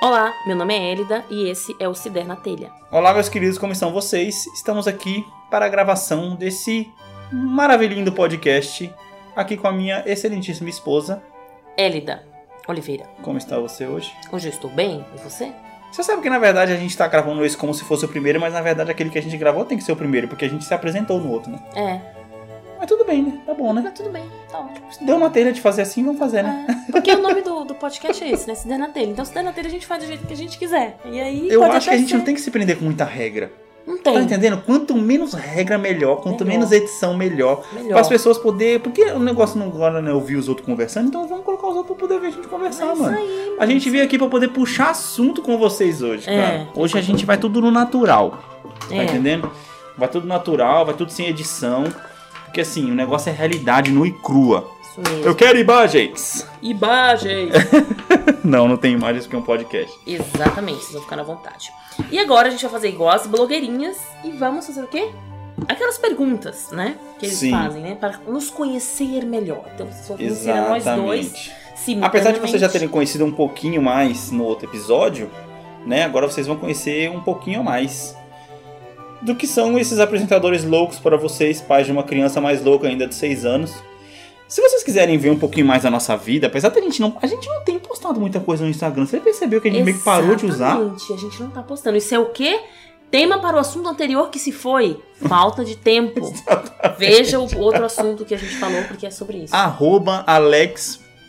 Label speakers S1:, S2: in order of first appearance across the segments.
S1: Olá, meu nome é Elida e esse é o Se Der na Telha.
S2: Olá, meus queridos, como estão vocês? Estamos aqui para a gravação desse maravilhinho do podcast, aqui com a minha excelentíssima esposa.
S1: Elida Oliveira,
S2: Como está você hoje?
S1: hoje eu estou bem e você?
S2: Você sabe que na verdade a gente tá gravando esse como se fosse o primeiro, mas na verdade aquele que a gente gravou tem que ser o primeiro, porque a gente se apresentou no outro, né?
S1: É,
S2: Mas tudo bem, né? Tá bom, né?
S1: mas tudo bem, tá ótimo.
S2: Se deu uma telha de fazer assim, vamos fazer, né?
S1: É, porque o nome do, do podcast é esse, né? Se Der na Telha. Então, se der na telha, a gente faz do jeito que a gente quiser. E aí,
S2: Eu
S1: Ah, pode
S2: acho que
S1: até
S2: a gente
S1: ser.
S2: não tem que se prender com muita regra.
S1: Não
S2: Tá
S1: tem.
S2: entendendo? Quanto menos regra, melhor. Quanto
S1: Melhor.
S2: menos edição, melhor. Para
S1: Melhor.
S2: as pessoas poderem. Porque o negócio não agora não é ouvir os outros conversando, então vamos colocar os outros pra poder ver a gente conversar,
S1: É isso
S2: mano.
S1: aí,
S2: A gente veio aqui pra poder puxar assunto com vocês hoje,
S1: É.
S2: cara. Hoje a gente vai tudo no natural. Tá
S1: É.
S2: entendendo? Vai tudo natural, vai tudo sem edição. Porque assim, o negócio é realidade nua e crua.
S1: Isso mesmo.
S2: Eu quero imagens!
S1: E bagem.
S2: Não, não tem imagens porque é um podcast.
S1: Exatamente, vocês vão ficar na vontade. E agora a gente vai fazer igual as blogueirinhas e vamos fazer o quê? Aquelas perguntas, né? Que eles
S2: Sim.
S1: fazem, né? Para nos conhecer melhor. Então, vocês vão conhecer a nós dois.
S2: Apesar de vocês já
S1: simultaneamente.
S2: terem conhecido um pouquinho mais no outro episódio, né? Agora vocês vão conhecer um pouquinho a mais do que são esses apresentadores loucos para vocês, pais de uma criança mais louca ainda de 6 anos. Se vocês quiserem ver um pouquinho mais da nossa vida, apesar da gente não, a gente não tem postado muita coisa no Instagram. Você percebeu que a gente meio que parou de usar?
S1: Exatamente, a gente não tá postando. Isso é o quê? Tema para o assunto anterior que se foi. Falta de tempo. Veja o outro assunto que a gente falou, porque é sobre isso.
S2: Ah. Arroba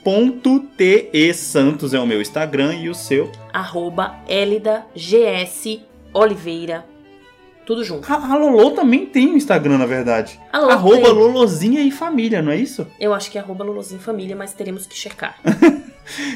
S2: alex.te Santos é o meu Instagram e o seu.
S1: Arroba Elida GS Oliveira. Tudo junto.
S2: A, a Lolo também tem um Instagram, na verdade.
S1: Alô,
S2: Arroba
S1: tem-
S2: Lolozinha e Família, não é isso?
S1: Eu acho que é arroba Lolozinho Família, mas teremos que checar.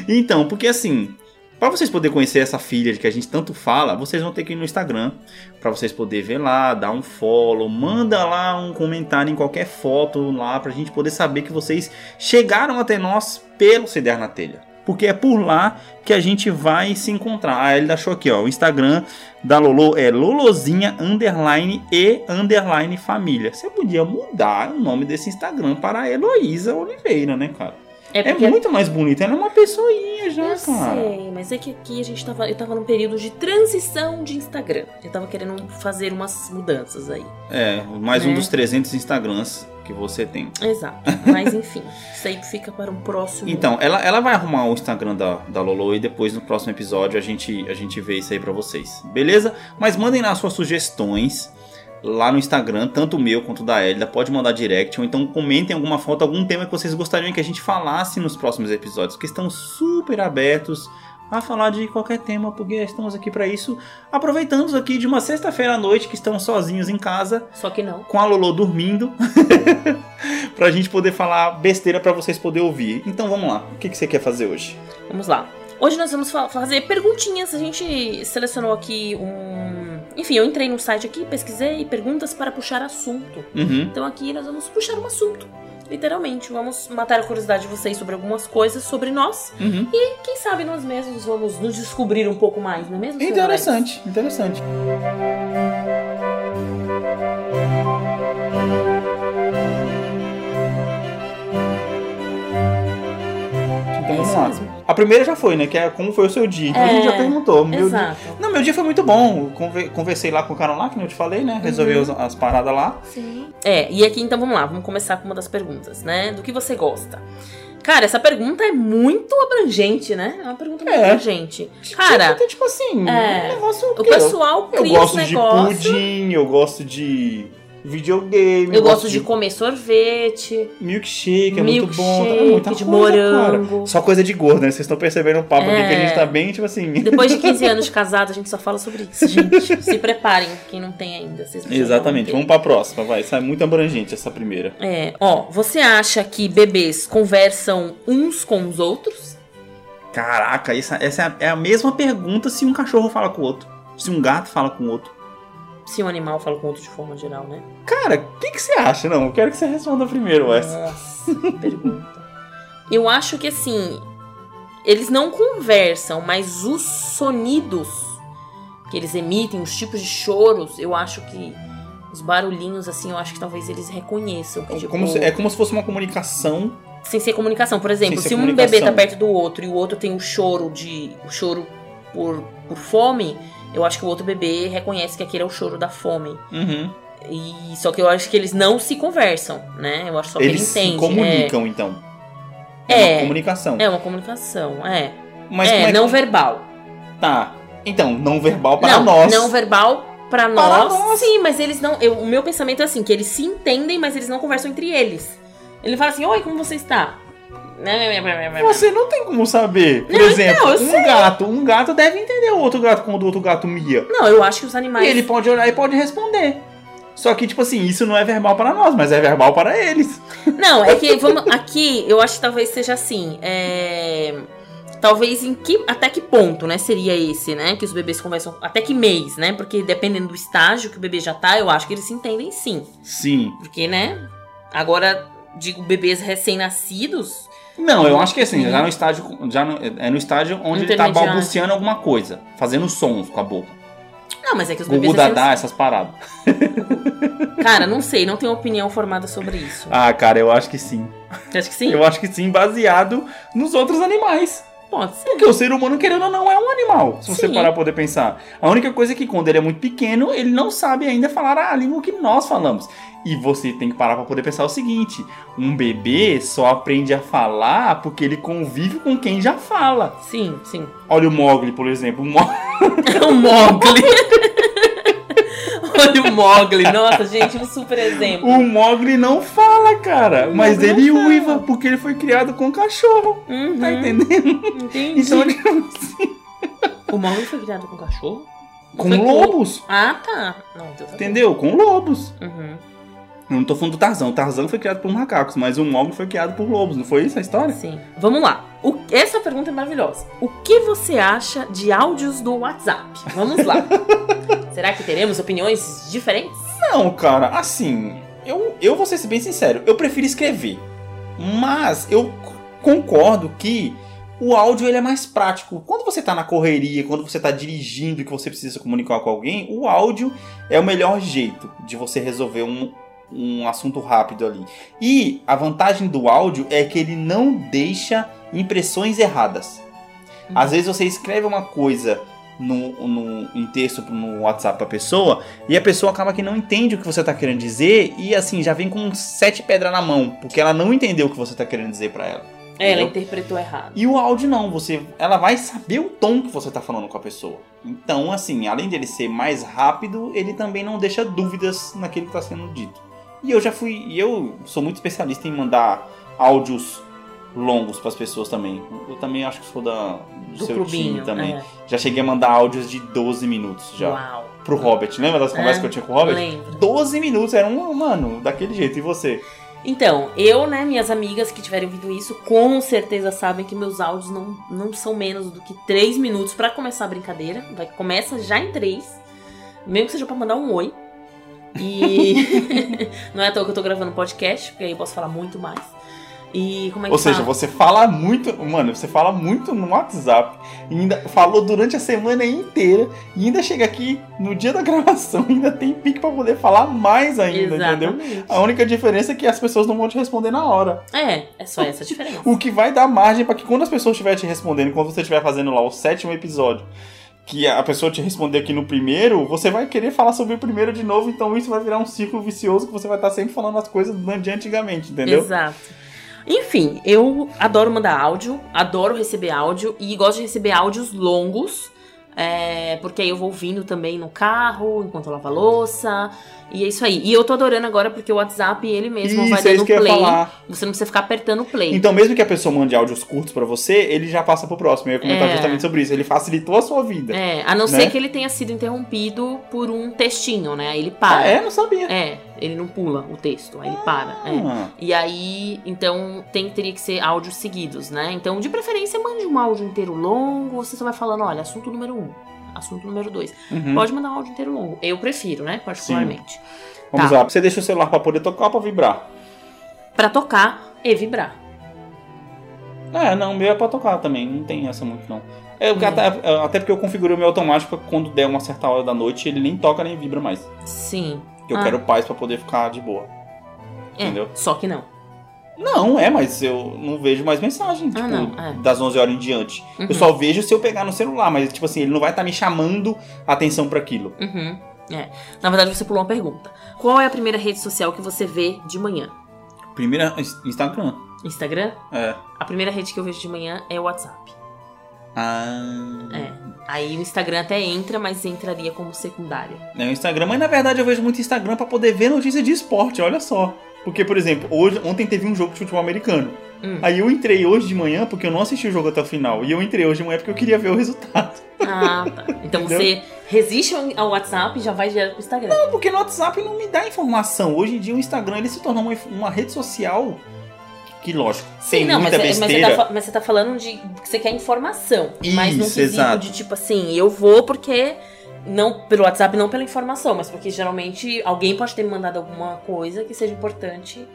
S2: Então, porque assim, pra vocês poderem conhecer essa filha de que a gente tanto fala, vocês vão ter que ir no Instagram pra vocês poderem ver lá, dar um follow, manda lá um comentário em qualquer foto lá pra gente poder saber que vocês chegaram até nós pelo Se Der na Telha. Porque é por lá que a gente vai se encontrar. Ah, ele deixou aqui, ó. O Instagram da Lolo é Lolozinha underline e underline família. Você podia mudar o nome desse Instagram para Heloísa Oliveira, né, cara? É
S1: porque-
S2: muito mais bonita, ela é uma pessoinha já,
S1: Eu
S2: cara.
S1: sei, mas é que aqui a gente tava. Eu tava num período de transição de Instagram. Eu tava querendo fazer umas mudanças aí.
S2: É, mais um
S1: Né?
S2: dos 300 Instagrams que você tem.
S1: Exato. Mas enfim, isso aí fica para um próximo.
S2: Então, ela, ela vai arrumar o Instagram da, da Lolo e depois no próximo episódio a gente, a gente vê isso aí pra vocês, beleza? Mas mandem lá suas sugestões lá no Instagram, tanto o meu quanto o da Elida, pode mandar direct ou então comentem alguma foto, algum tema que vocês gostariam que a gente falasse nos próximos episódios, que estão super abertos a falar de qualquer tema, porque estamos aqui pra isso, aproveitando aqui de uma sexta-feira à noite que estão sozinhos em casa
S1: Só que não.
S2: com a Lolo dormindo pra gente poder falar besteira pra vocês poderem ouvir. Então vamos lá, o que, que você quer fazer hoje?
S1: Vamos lá. Hoje nós vamos fa- fazer perguntinhas. A gente selecionou aqui um. Enfim, eu entrei no site aqui, pesquisei perguntas para puxar assunto.
S2: Uhum.
S1: Então aqui nós vamos puxar um assunto. Literalmente, vamos matar a curiosidade de vocês sobre algumas coisas sobre nós.
S2: Uhum.
S1: E quem sabe nós mesmos vamos nos descobrir um pouco mais, não é mesmo? senhor Alex?
S2: Interessante, interessante. Então
S1: É
S2: vamos
S1: isso
S2: lá.
S1: mesmo.
S2: A primeira já foi, né? Que é como foi o seu dia. Então a gente
S1: É,
S2: já perguntou. Meu dia...
S1: Exato.
S2: Não, meu dia foi muito bom. Conver- Conversei lá com o Carol lá, que nem eu te falei, né? Resolvi
S1: Uhum.
S2: as- as paradas lá.
S1: Sim. É, e aqui então vamos lá, vamos começar com uma das perguntas, né? Do que você gosta? Cara, essa pergunta é muito abrangente, né? É uma pergunta muito
S2: É.
S1: abrangente. Cara,
S2: Tipo assim,
S1: é,
S2: um negócio
S1: o
S2: que eu-
S1: pessoal
S2: Eu
S1: cria esse
S2: gosto de
S1: negócio.
S2: pudim, eu gosto de videogame.
S1: Eu gosto de comer sorvete.
S2: milkshake, é muito bom. tá? É
S1: Milkshake
S2: muita
S1: de
S2: coisa, cara.
S1: morango.
S2: Só coisa de gordo, né? Vocês estão percebendo o papo aqui que a
S1: É.
S2: gente tá bem, tipo assim.
S1: Depois de 15 anos casados, a gente só fala sobre isso, gente. Se preparem, quem não tem ainda. Vocês precisam
S2: Exatamente.
S1: ter.
S2: Vamos pra próxima, vai. Sai muito abrangente essa primeira.
S1: É, ó, você acha que bebês conversam uns com os outros?
S2: Caraca, essa, essa é, a, é a mesma pergunta se um cachorro fala com o outro. Se um gato fala com o outro.
S1: Se um animal fala com outro de forma geral, né?
S2: Cara, o que, que você acha? Não, eu quero que você responda primeiro essa.
S1: Nossa, que pergunta. Eu acho que assim, eles não conversam, mas os sonidos que eles emitem, os tipos de choros, eu acho que os barulhinhos assim, eu acho que talvez eles reconheçam. que, tipo,
S2: Como se- é como se fosse uma comunicação.
S1: sem ser comunicação. Por exemplo,
S2: Sem ser
S1: se um
S2: comunicação.
S1: bebê tá perto do outro e o outro tem o choro de o choro por, por fome, eu acho que o outro bebê reconhece que aquele é o choro da fome.
S2: Uhum.
S1: E só que eu acho que eles não se conversam, né? Eu acho só que
S2: Eles
S1: ele entende.
S2: se
S1: é.
S2: comunicam, então.
S1: É.
S2: uma comunicação.
S1: É, uma comunicação, é.
S2: Mas
S1: é,
S2: como é
S1: não
S2: que...
S1: verbal.
S2: Tá. Então, não verbal para
S1: não,
S2: nós.
S1: não verbal pra nós.
S2: nós.
S1: Sim, mas eles não. eu- o meu pensamento é assim, que eles se entendem, mas eles não conversam entre eles. Ele fala assim, oi, como você está? Né,
S2: Você não tem como saber. Por
S1: Não,
S2: exemplo,
S1: então, eu
S2: um gato. Um gato deve entender o outro gato quando o outro gato mia.
S1: Não, eu acho que os animais.
S2: E ele pode olhar e pode responder. Só que, tipo assim, isso não é verbal para nós, mas é verbal para eles.
S1: Não, é que vamos. Aqui eu acho que talvez seja assim. é, Talvez em que. Até que ponto, né? Seria esse, né? Que os bebês conversam. Até que mês, né? Porque dependendo do estágio que o bebê já tá, eu acho que eles se entendem sim.
S2: Sim.
S1: Porque, né? Agora, digo, bebês recém-nascidos.
S2: Não, eu acho que assim, já no estágio. Já no- é no estágio onde ele tá
S1: Intermediário.
S2: balbuciando alguma coisa, fazendo sons com a boca.
S1: Não, mas é que os
S2: Gugu
S1: bebês.
S2: Dadá, é essas paradas.
S1: recém-nascidos- Cara, não sei, não tenho opinião formada sobre isso.
S2: Ah, cara, eu acho que sim.
S1: Você acha que sim?
S2: Ah. Eu acho que sim, baseado nos outros animais.
S1: Pode ser.
S2: Porque o ser humano, querendo ou não, é um animal. Se você
S1: Sim.
S2: parar pra poder pensar. A única coisa é que quando ele é muito pequeno, ele não sabe ainda falar a língua que nós falamos. E você tem que parar pra poder pensar o seguinte: um bebê só aprende a falar porque ele convive com quem já fala.
S1: Sim, sim.
S2: Olha o Mogli, por exemplo. O Mowgli-
S1: É o Mogli. Olha o Mogli. Nossa, gente, um super exemplo.
S2: O Mogli não fala, cara.
S1: O
S2: Mas
S1: Mogli
S2: ele
S1: não fala.
S2: uiva porque ele foi criado com cachorro.
S1: Uhum,
S2: Tá entendendo?
S1: entendi.
S2: Então ele.
S1: O Mogli foi criado com cachorro?
S2: Com
S1: Foi com-
S2: lobos.
S1: Ah, tá. Não, então tá bom.
S2: Entendeu? Com lobos.
S1: Uhum.
S2: Eu não tô falando do Tarzan. O Tarzan foi criado por macacos, mas o Mogli foi criado por lobos. Não foi isso a história?
S1: Sim. Vamos lá. O- Essa pergunta é maravilhosa. O que você acha de áudios do WhatsApp? Vamos lá. Será que teremos opiniões diferentes?
S2: Não, cara. Assim, eu, eu vou ser bem sincero. Eu prefiro escrever. Mas eu c- concordo que o áudio ele é mais prático. Quando você tá na correria, quando você tá dirigindo e que você precisa se comunicar com alguém, o áudio é o melhor jeito de você resolver um, um assunto rápido ali. E a vantagem do áudio é que ele não deixa impressões erradas. Às vezes você escreve uma coisa no, no, em texto no WhatsApp pra pessoa e a pessoa acaba que não entende o que você tá querendo dizer e assim já vem com sete pedras na mão, porque ela não entendeu o que você tá querendo dizer pra ela.
S1: É, Ela
S2: Eu-
S1: interpretou errado.
S2: E o áudio não, você, ela vai saber o tom que você tá falando com a pessoa. Então, assim, além dele ser mais rápido, ele também não deixa dúvidas naquilo que tá sendo dito. E eu já fui, e eu sou muito especialista em mandar áudios longos pras pessoas também. Eu também acho que sou da
S1: Do
S2: do, seu time
S1: clubinho.
S2: também.
S1: é.
S2: Já cheguei a mandar áudios de 12 minutos já
S1: Uau.
S2: pro Robert. Lembra das conversas
S1: É,
S2: que eu tinha com o Robert?
S1: Lembro.
S2: 12 minutos era um, mano, daquele jeito. E você?
S1: Então, eu, né, minhas amigas que tiverem ouvido isso, com certeza sabem que meus áudios não, não são menos do que 3 minutos pra começar a brincadeira. Vai, começa já em 3. Mesmo que seja pra mandar um oi. E não é à toa que eu tô gravando podcast, porque aí eu posso falar muito mais. E como é que
S2: Ou seja,
S1: fala?
S2: você fala muito, mano, você fala muito no WhatsApp, e ainda falou durante a semana inteira, e ainda chega aqui no dia da gravação, ainda tem pique pra poder falar mais ainda, entendeu?
S1: Exatamente.
S2: A única diferença é que as pessoas não vão te responder na hora.
S1: É, é só essa a diferença.
S2: O que vai dar margem pra que quando as pessoas estiverem te respondendo, quando você estiver fazendo lá o sétimo episódio, que a pessoa te responder aqui no primeiro, você vai querer falar sobre o primeiro de novo, então isso vai virar um círculo vicioso que você vai estar sempre falando as coisas de antigamente, entendeu?
S1: Exato. Enfim, eu adoro mandar áudio, adoro receber áudio e gosto de receber áudios longos. É, porque aí eu vou ouvindo também no carro, enquanto eu lavo a louça. E é isso aí. E eu tô adorando agora porque o WhatsApp, ele mesmo,
S2: Isso,
S1: vai
S2: é
S1: dando
S2: isso que eu ia
S1: play.
S2: falar.
S1: Você não precisa ficar apertando o play.
S2: Então, mesmo que a pessoa mande áudios curtos pra você, ele já passa pro próximo. Eu ia comentar
S1: É.
S2: justamente sobre isso. Ele facilitou a sua vida.
S1: é, a não
S2: né?
S1: ser que ele tenha sido interrompido por um textinho, né? Aí ele para.
S2: Ah, é? Não sabia.
S1: É, ele não pula o texto, aí ele para. é.
S2: Ah,
S1: E aí, então, tem, teria que ser áudios seguidos, né? Então, de preferência, mande um áudio inteiro longo, você só vai falando, olha, assunto número um, assunto número dois.
S2: uhum.
S1: Pode mandar um áudio inteiro longo. Eu prefiro, né, particularmente.
S2: Vamos
S1: tá.
S2: lá. Você deixa o celular pra poder tocar ou pra vibrar?
S1: Pra tocar e vibrar.
S2: É, não, o meu é pra tocar também. Não tem essa muito, não. É, porque até, até porque eu configurei o meu automático pra quando der uma certa hora da noite, ele nem toca nem vibra mais.
S1: Sim.
S2: Eu
S1: Ah.
S2: quero paz pra poder ficar de boa.
S1: É,
S2: Entendeu?
S1: só que não.
S2: Não, é, mas eu não vejo mais mensagem, tipo,
S1: não, é.
S2: das 11 horas em diante.
S1: Uhum.
S2: Eu só vejo se eu pegar no celular, mas, tipo assim, ele não vai estar me chamando a atenção pra aquilo.
S1: Uhum. É. Na verdade, você pulou uma pergunta. Qual é a primeira rede social que você vê de manhã?
S2: Primeira, é Instagram.
S1: Instagram?
S2: É.
S1: A primeira rede que eu vejo de manhã é o WhatsApp.
S2: Ah.
S1: É. Aí o Instagram até entra, mas entraria como secundária.
S2: É o Instagram, mas na verdade eu vejo muito Instagram pra poder ver notícia de esporte, olha só. Porque, por exemplo, hoje, ontem teve um jogo de futebol americano.
S1: Hum.
S2: Aí eu entrei hoje de manhã porque eu não assisti o jogo até o final. E eu entrei hoje de manhã porque eu queria ver o resultado.
S1: Ah, tá. Então você resiste ao ao WhatsApp e já vai direto pro Instagram.
S2: Não, porque no WhatsApp não me dá informação. Hoje em dia o Instagram ele se tornou uma, uma rede social que, lógico, tem
S1: mas,
S2: muita
S1: é- mas você
S2: besteira.
S1: tá, fa- mas você tá falando de que você quer informação. mas num
S2: Isso,
S1: quesito
S2: exato.
S1: de tipo assim, eu vou porque. Não pelo WhatsApp, não pela informação, mas porque geralmente alguém pode ter me mandado alguma coisa que seja importante.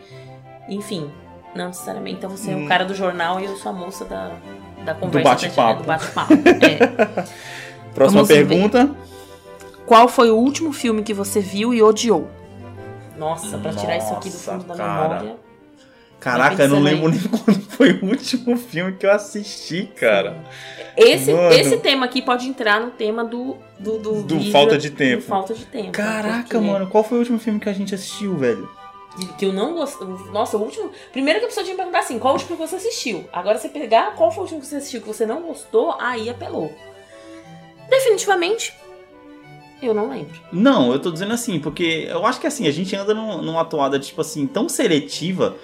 S1: Enfim, não necessariamente. Então você é
S2: Hum.
S1: o cara do jornal e eu sou a moça da, da conversa. tá
S2: bate-papo.
S1: Do bate-papo. é.
S2: Próxima
S1: Vamos ver.
S2: pergunta.
S1: Qual foi o último filme que você viu e odiou? Nossa, pra tirar isso aqui do
S2: Nossa,
S1: fundo da
S2: cara.
S1: memória.
S2: Caraca, eu não
S1: pensando aí.
S2: lembro nem quando foi o último filme que eu assisti, cara.
S1: Esse,
S2: Mano.
S1: esse tema aqui pode entrar no tema do. Do, do,
S2: Do
S1: livro-
S2: falta de tempo.
S1: do falta de tempo.
S2: Caraca,
S1: porque- né,
S2: mano, qual foi o último filme que a gente assistiu, velho?
S1: Que eu não gosto. Nossa, o último. Primeiro que a pessoa tinha que perguntar assim: qual o último que você assistiu? Agora você pegar qual foi o último que você assistiu que você não gostou, aí apelou. Definitivamente, eu não lembro.
S2: Não, eu tô dizendo assim, porque eu acho que assim, a gente anda num- numa toada, tipo assim, tão seletiva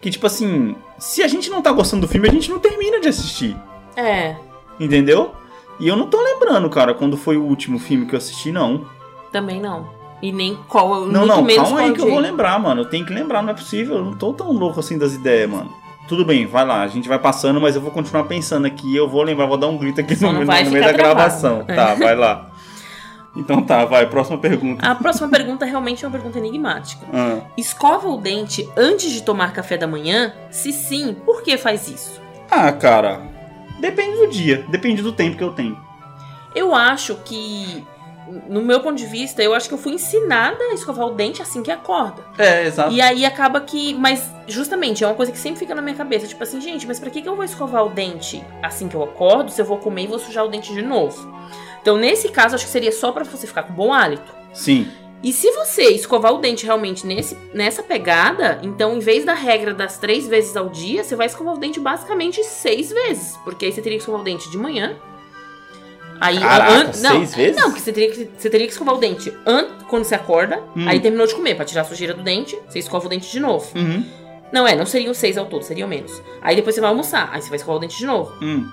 S2: que, tipo assim, se a gente não tá gostando do filme, a gente não termina de assistir.
S1: É,
S2: Entendeu? E eu não tô lembrando, cara, quando foi o último filme que eu assisti, não.
S1: também não. E nem qual.
S2: Não,
S1: muito
S2: não,
S1: menos
S2: calma
S1: qual
S2: aí que eu vou
S1: de-
S2: lembrar, mano. Eu tenho que lembrar, não é possível. Eu não tô tão louco assim das ideias, mano. Tudo bem, vai lá, a gente vai passando, mas eu vou continuar pensando aqui. Eu vou lembrar, vou dar um grito aqui
S1: Só
S2: no,
S1: não
S2: no
S1: vai
S2: meio da
S1: ficar travado. É.
S2: gravação. Tá, vai lá. Então tá, vai, próxima pergunta.
S1: A próxima pergunta realmente é uma pergunta enigmática.
S2: Ah.
S1: Escova o dente antes de tomar café da manhã? Se sim, por que faz isso?
S2: Ah, cara. Depende do dia, depende do tempo que eu tenho.
S1: Eu acho que, no meu ponto de vista, eu acho que eu fui ensinada a escovar o dente assim que acorda.
S2: É, exato.
S1: E aí acaba que. Mas, justamente, é uma coisa que sempre fica na minha cabeça. Tipo assim, gente, mas pra que, que eu vou escovar o dente assim que eu acordo se eu vou comer e vou sujar o dente de novo? Então, nesse caso, acho que seria só pra você ficar com bom hálito.
S2: Sim.
S1: E se você escovar o dente realmente nesse, nessa pegada, então em vez da regra das três vezes ao dia, você vai escovar o dente basicamente seis vezes. Porque aí você teria que escovar o dente de manhã. Aí,
S2: Caraca,
S1: an- não,
S2: seis vezes?
S1: Não, porque você teria que, você teria que escovar o dente an- quando você acorda,
S2: Hum.
S1: aí terminou de comer, pra tirar a sujeira do dente, você escova o dente de novo.
S2: Uhum.
S1: Não é, não seriam seis ao todo, seriam menos. Aí depois você vai almoçar, aí você vai escovar o dente de novo.
S2: Hum.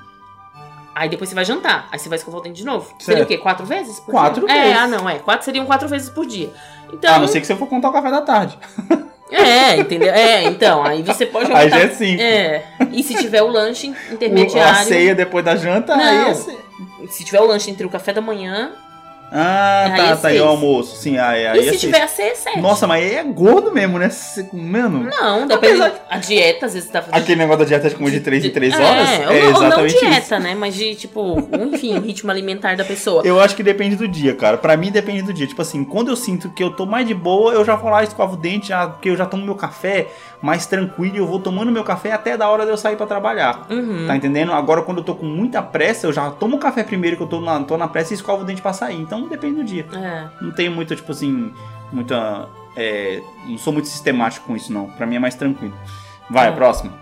S1: Aí depois você vai jantar, aí você vai escovar o dente de novo.
S2: Certo.
S1: Seria o quê? Quatro vezes? por
S2: Quatro
S1: dia?
S2: vezes.
S1: É, ah, não, é. Quatro, seriam quatro vezes por dia. Então,
S2: Ah, A não ser que você for contar o café da tarde.
S1: É, entendeu? É, então, aí você pode
S2: Aí já é
S1: optar.
S2: cinco.
S1: É. E se tiver o lanche
S2: O- a
S1: intermediário.
S2: ceia depois da janta,
S1: É Não.
S2: aí é ceia.
S1: Se tiver o lanche entre o café da manhã.
S2: Ah,
S1: Aí
S2: tá,
S1: é
S2: tá aí
S1: seis.
S2: o almoço. Sim, aí, aí
S1: e se
S2: é seis.
S1: tiver a ceia, é sete.
S2: Nossa, mas aí é gordo mesmo, né? Se- Mano,
S1: Não, depende.
S2: Apesar
S1: A dieta, às vezes, tá fazendo.
S2: aquele negócio da dieta de comer de 3 em 3 horas
S1: É,
S2: é,
S1: ou, ou não
S2: exatamente
S1: dieta,
S2: isso.
S1: né? Mas de, tipo, enfim, o ritmo alimentar da pessoa.
S2: Eu acho que depende do dia, cara. Pra mim depende do dia. Tipo assim, quando eu sinto que eu tô mais de boa, eu já vou lá, escovo o dente, já, porque eu já tomo meu café mais tranquilo e eu vou tomando meu café até da hora de eu sair pra trabalhar.
S1: Uhum.
S2: Tá entendendo? Agora, quando eu tô com muita pressa, eu já tomo o café primeiro que eu tô na, tô na pressa e escovo o dente pra sair. Então depende do dia.
S1: É.
S2: Não tenho muito, tipo assim, muita. é, não sou muito sistemático com isso, não. Pra mim é mais tranquilo. Vai,
S1: Ah.
S2: próximo.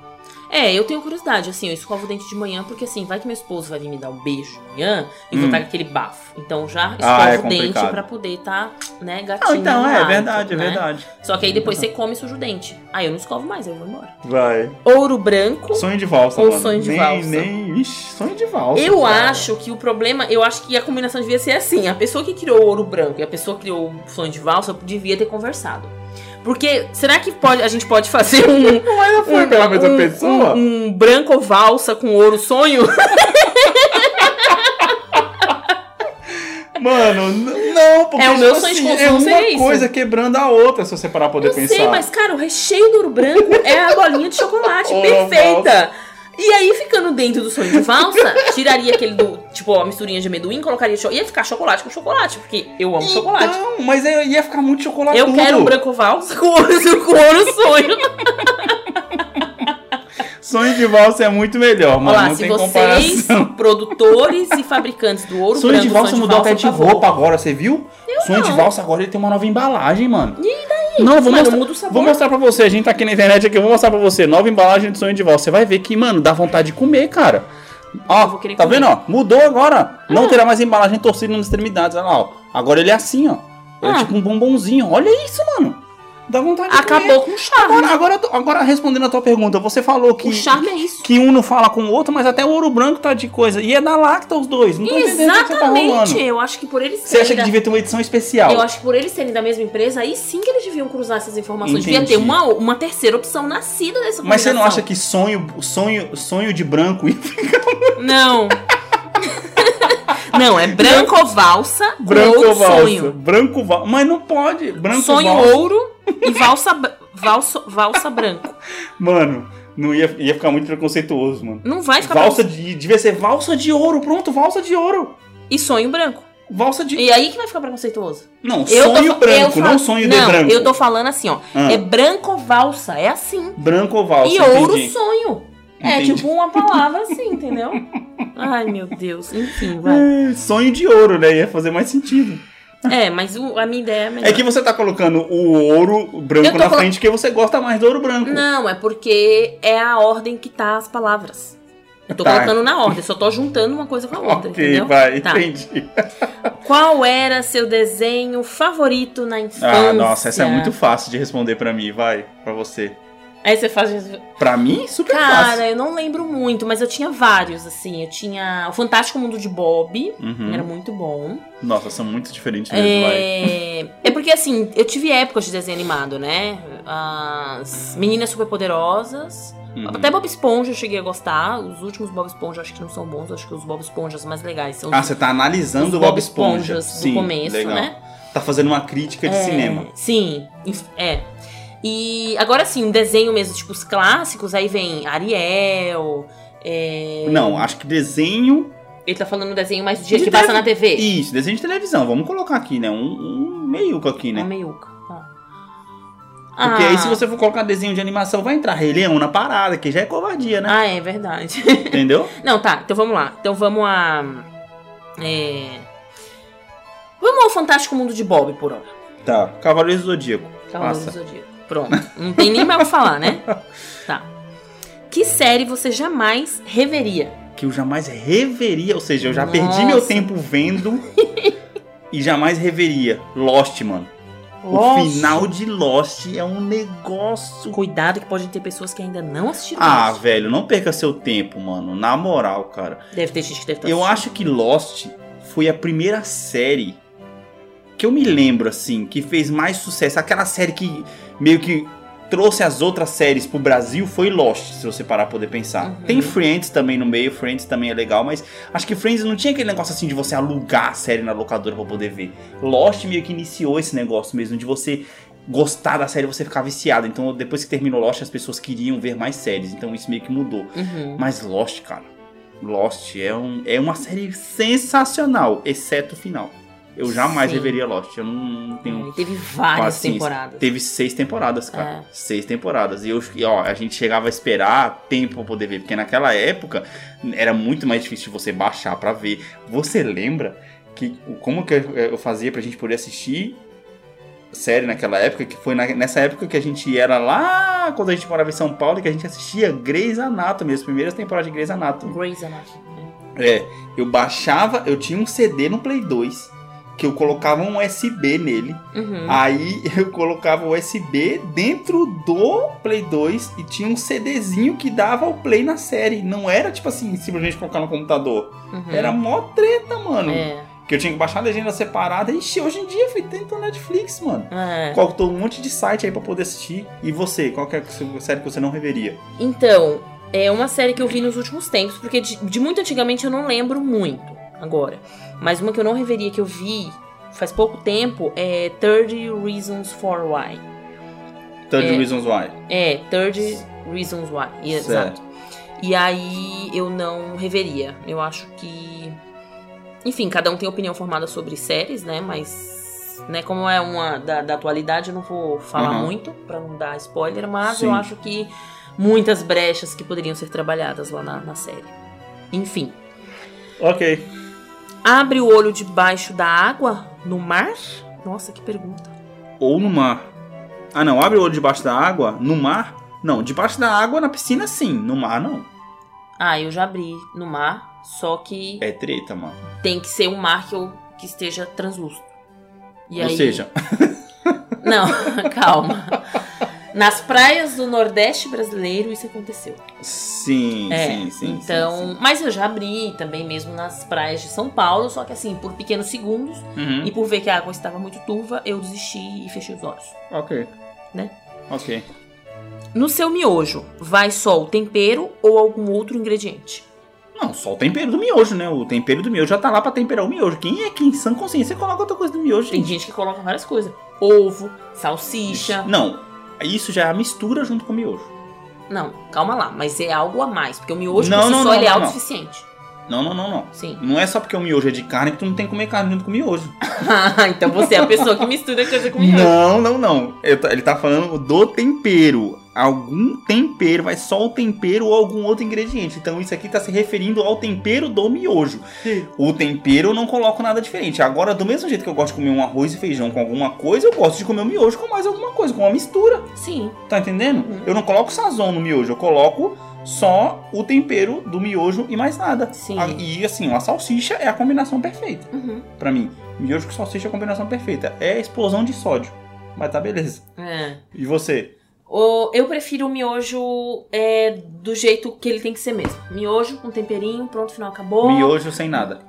S1: É, eu tenho curiosidade, assim, eu escovo o dente de manhã, porque assim, vai que meu esposo vai vir me dar um beijo amanhã e vou
S2: Hum.
S1: estar com aquele bafo. Então já escovo
S2: Ah, é
S1: o dente
S2: complicado.
S1: pra poder estar, né, gatinho.
S2: Não, então,
S1: no
S2: é,
S1: hábito,
S2: verdade, é
S1: né?
S2: verdade.
S1: Só que aí depois você come e suja o dente. Aí eu não escovo mais, aí eu vou embora.
S2: Vai.
S1: Ouro branco.
S2: Sonho de valsa,
S1: Ou
S2: mano.
S1: Um sonho de
S2: nem,
S1: valsa.
S2: Nem, ixi, sonho de valsa.
S1: Eu
S2: cara.
S1: acho que o problema, eu acho que a combinação devia ser assim: a pessoa que criou o ouro branco e a pessoa que criou o sonho de valsa devia ter conversado. Porque será que pode, a gente pode fazer um.
S2: Mas não foi
S1: um-
S2: pela mesma
S1: um-
S2: pessoa?
S1: Um, um branco valsa com ouro sonho?
S2: Mano, n- não, porque
S1: É, o
S2: tipo
S1: meu sonho de
S2: assim,
S1: consumo
S2: é uma
S1: seria isso.
S2: coisa quebrando a outra, se você parar pra poder
S1: Eu
S2: pensar.
S1: sei, mas cara, o recheio do ouro branco é a bolinha de chocolate
S2: Ouro
S1: perfeita. E aí, ficando dentro do sonho de valsa, tiraria aquele do, tipo, a misturinha de amendoim, colocaria. cho- Ia ficar chocolate com chocolate, porque eu amo é um chocolate.
S2: Não, Então, mas eu ia ficar muito chocolatudo.
S1: Eu quero um branco valsa com ouro, com ouro sonho.
S2: Sonho de valsa é muito melhor, mano.
S1: Olha lá,
S2: não
S1: se
S2: tem
S1: vocês,
S2: comparação.
S1: produtores e fabricantes do ouro
S2: Sonho
S1: branco,
S2: de valsa
S1: Sonho
S2: mudou até de
S1: por favor.
S2: roupa agora, você viu? Sonho de
S1: não.
S2: valsa agora ele tem uma nova embalagem, mano. E daí? Não, vou
S1: Mano,
S2: mostrar,
S1: muda o sabor.
S2: vou mostrar pra você. A gente tá aqui na internet aqui, eu vou mostrar pra você. Nova embalagem de sonho de valsa. Você vai ver que, mano, dá vontade de comer, cara. Ó,
S1: Eu vou querer
S2: tá
S1: comer. Ah.
S2: vendo, ó? Mudou agora. Não terá mais embalagem torcida nas extremidades. Olha lá, ó. Agora ele é assim, ó. Ele é
S1: Ah.
S2: tipo um bombonzinho. Olha isso, mano. Dá vontade de comer.
S1: Acabou com o charme.
S2: Agora, agora, eu tô- agora respondendo a tua pergunta, você falou que
S1: O charme é isso.
S2: que um não fala com o outro, mas até o ouro branco tá de coisa. E é da lacta os dois. Não tô entendendo o que você tá
S1: Exatamente.
S2: rolando.
S1: eu acho que por eles
S2: Você acha
S1: serem
S2: que
S1: da-
S2: devia ter uma edição especial?
S1: Eu acho que por eles serem da mesma empresa, aí sim que eles deviam cruzar essas informações.
S2: Entendi.
S1: Devia ter uma, uma terceira opção nascida dessa
S2: Mas você não acha
S1: combinação.
S2: que sonho, sonho, sonho de branco e
S1: Não. não, é branco valsa com
S2: branco
S1: ouro
S2: ou valsa?
S1: sonho.
S2: Branco valsa. Mas não pode. Branco
S1: sonho
S2: valsa.
S1: ouro e valsa, br- valsa, valsa branco.
S2: Mano, não ia, ia ficar muito preconceituoso, mano.
S1: Não vai ficar...
S2: Valsa de. Devia ser valsa de ouro. Pronto, valsa de ouro.
S1: E sonho branco.
S2: Valsa de.
S1: E aí que vai ficar preconceituoso.
S2: Não,
S1: Eu
S2: sonho
S1: tô fa- eu
S2: branco,
S1: falo-
S2: não sonho de branco.
S1: eu tô falando assim, ó.
S2: Ah,
S1: É branco ou valsa, é assim.
S2: Branco ou valsa?
S1: e ouro
S2: entendi.
S1: sonho. É
S2: Entendi.
S1: tipo uma palavra assim, entendeu? Ai, meu Deus. Enfim, vai.
S2: É, Sonho de ouro, né? Ia fazer mais sentido.
S1: É, mas o- a minha ideia é melhor.
S2: É que você tá colocando o ouro
S1: Eu
S2: branco
S1: tô
S2: na
S1: colo-
S2: frente porque você gosta mais do ouro branco.
S1: Não, é porque é a ordem que tá as palavras. Eu tô
S2: Tá.
S1: colocando na ordem, só tô juntando uma coisa com a outra,
S2: ok,
S1: entendeu?
S2: vai,
S1: Tá.
S2: entendi.
S1: Qual era seu desenho favorito na infância?
S2: Ah, nossa, essa é muito fácil de responder pra mim, vai, pra você.
S1: Aí você faz
S2: Pra mim, super é fácil.
S1: Cara, eu não lembro muito, mas eu tinha vários, assim. Eu tinha O Fantástico Mundo de Bob,
S2: Uhum.
S1: era é muito bom.
S2: Nossa, são muito diferentes mesmo, vai.
S1: É... é porque, assim, eu tive épocas de desenho animado, né? As Meninas Superpoderosas.
S2: Uhum.
S1: Até Bob Esponja eu cheguei a gostar. Os últimos Bob Esponja eu acho que não são bons. eu Acho que os Bob Esponjas mais legais são os,
S2: Ah, você tá analisando o
S1: os
S2: Bob Esponja.
S1: Esponjas
S2: Sim,
S1: do começo,
S2: legal.
S1: né?
S2: Tá fazendo uma crítica de
S1: É,
S2: cinema.
S1: Sim, inf- é. E agora sim, um desenho mesmo, tipo os clássicos, aí vem Ariel. é,
S2: Não, acho que desenho.
S1: Ele tá falando do desenho mais do dia
S2: De
S1: que passa
S2: TV.
S1: na TV.
S2: Isso, desenho de televisão. Vamos colocar aqui, né? Um, um meiuco aqui,
S1: Uma
S2: né?
S1: meiuca. tá.
S2: Porque aí,
S1: Ah.
S2: se você for colocar desenho de animação, vai entrar Rei Leão na parada, que já é covardia, né?
S1: Ah, é verdade.
S2: Entendeu?
S1: Não, tá, então vamos lá. Então vamos a. É... Vamos ao Fantástico Mundo de Bob por hora.
S2: Tá. Cavaleiro do Zodíaco.
S1: Cavaleiro
S2: Passa.
S1: do Zodíaco. Pronto. Não tem nem mais o que falar, né? Tá. Que série você jamais reveria?
S2: que eu jamais reveria, ou seja, eu já perdi
S1: Nossa.
S2: meu tempo vendo e jamais reveria. Lost, mano. O
S1: Nossa.
S2: final de Lost é um negócio.
S1: Cuidado que pode ter pessoas que ainda não assistiram.
S2: Ah,
S1: isso.
S2: velho, não perca seu tempo, mano. Na moral, cara.
S1: Deve ter gente que deve estar
S2: Eu acho que Lost foi a primeira série que eu me lembro, assim, que fez mais sucesso. Aquela série que meio que trouxe as outras séries pro Brasil foi Lost, se você parar pra poder pensar.
S1: Uhum.
S2: Tem Friends também no meio, Friends também é legal, mas acho que Friends não tinha aquele negócio assim de você alugar a série na locadora pra poder ver. Lost meio que iniciou esse negócio mesmo de você gostar da série, você ficar viciado. Então, depois que terminou Lost, as pessoas queriam ver mais séries, então isso meio que mudou.
S1: Uhum.
S2: Mas Lost, cara, Lost é, um, é uma série sensacional, exceto o final. Eu jamais
S1: Sim.
S2: reveria Lost. Eu não, não tenho.
S1: Hum, Teve várias
S2: paciência.
S1: temporadas.
S2: Teve seis temporadas, cara. Seis temporadas. E eu, e, ó, a gente chegava a esperar tempo pra poder ver. Porque naquela época era muito mais difícil você baixar pra ver. Você lembra que como que eu, eu fazia pra gente poder assistir? série naquela época, que foi na- nessa época que a gente era lá quando a gente morava em São Paulo e que a gente assistia Grey's Anatomy, as primeiras temporadas de Grey's Anatomy.
S1: Grey's Anatomy.
S2: É, eu baixava, eu tinha um CD no Play 2 que eu colocava um USB nele.
S1: Uhum.
S2: Aí eu colocava o USB dentro do Play 2 e tinha um CDzinho que dava o play na série. Não era tipo assim, simplesmente colocar no computador.
S1: uhum.
S2: Ah, Era mó treta, mano.
S1: É.
S2: Que eu tinha que baixar a legenda separada. Ixi, hoje em dia fui dentro do Netflix, mano.
S1: é.
S2: Faltou um monte de site aí pra poder assistir. E você, qual que é a série que você não reveria?
S1: Então, é uma série que eu vi nos últimos tempos, porque de, de muito antigamente eu não lembro muito agora. Mas uma que eu não reveria, que eu vi faz pouco tempo, é 30 Reasons for Why.
S2: Third
S1: É.
S2: Reasons Why.
S1: É, 30 Reasons Why. e- Exato. E aí eu não reveria. Eu acho que. Enfim, cada um tem opinião formada sobre séries, né? Mas. Né, como é uma da, da atualidade, eu não vou falar
S2: Aham.
S1: muito pra não dar spoiler, mas
S2: Sim.
S1: eu acho que muitas brechas que poderiam ser trabalhadas lá na, na série. Enfim.
S2: Ok.
S1: Abre o olho debaixo da água no mar? Nossa, que pergunta.
S2: Ou no mar. Ah não, abre o olho debaixo da água? No mar? Não, debaixo da água na piscina sim, no mar não.
S1: Ah, eu já abri no mar, só que
S2: É treta, mano.
S1: tem que ser um mar que, eu, que esteja translúcido. E
S2: Ou
S1: aí-
S2: seja,
S1: Não, calma. Nas praias do Nordeste brasileiro isso aconteceu.
S2: sim,
S1: É,
S2: sim, sim.
S1: então,
S2: sim,
S1: mas eu já abri também mesmo nas praias de São Paulo, só que assim, por pequenos segundos
S2: sim. Uhum,
S1: e por ver que a água estava muito turva, eu desisti e fechei os olhos.
S2: Ok.
S1: Né?
S2: Ok.
S1: No seu miojo, vai só o tempero ou algum outro ingrediente?
S2: Não, só o tempero do miojo, né? O tempero do miojo já tá lá pra temperar o miojo. Quem é que em sã consciência coloca outra coisa do miojo,
S1: Tem
S2: gente?
S1: gente que coloca várias coisas: ovo, salsicha.
S2: Não, isso já é a mistura junto com o miojo.
S1: Não, calma lá, mas é algo a mais, porque o miojo
S2: Não,
S1: por si
S2: não,
S1: só
S2: não,
S1: ele é
S2: não, não.
S1: autossuficiente.
S2: Não, não, não, não.
S1: Sim.
S2: Não é só porque o miojo é de carne que tu não tem que comer carne junto com o miojo.
S1: Ah, então você é a pessoa que mistura coisa com miojo.
S2: Não, não, não. Eu tô- Ele tá falando do tempero. Algum tempero, mas só o tempero ou algum outro ingrediente. Então isso aqui tá se referindo ao tempero do miojo. O tempero eu não coloco nada diferente. Agora, do mesmo jeito que eu gosto de comer um arroz e feijão com alguma coisa, eu gosto de comer o miojo com mais alguma coisa, com uma mistura.
S1: Sim.
S2: Tá entendendo?
S1: Uhum.
S2: Eu não coloco sazon no miojo, eu coloco só o tempero do miojo e mais nada.
S1: Sim.
S2: A- E assim, a salsicha é a combinação perfeita.
S1: Uhum.
S2: Pra mim, miojo com salsicha é a combinação perfeita. É a explosão de sódio. Mas tá beleza.
S1: É.
S2: E você?
S1: O, eu prefiro o miojo é, do jeito que ele tem que ser mesmo. Miojo com temperinho, pronto, final acabou.
S2: Miojo sem nada.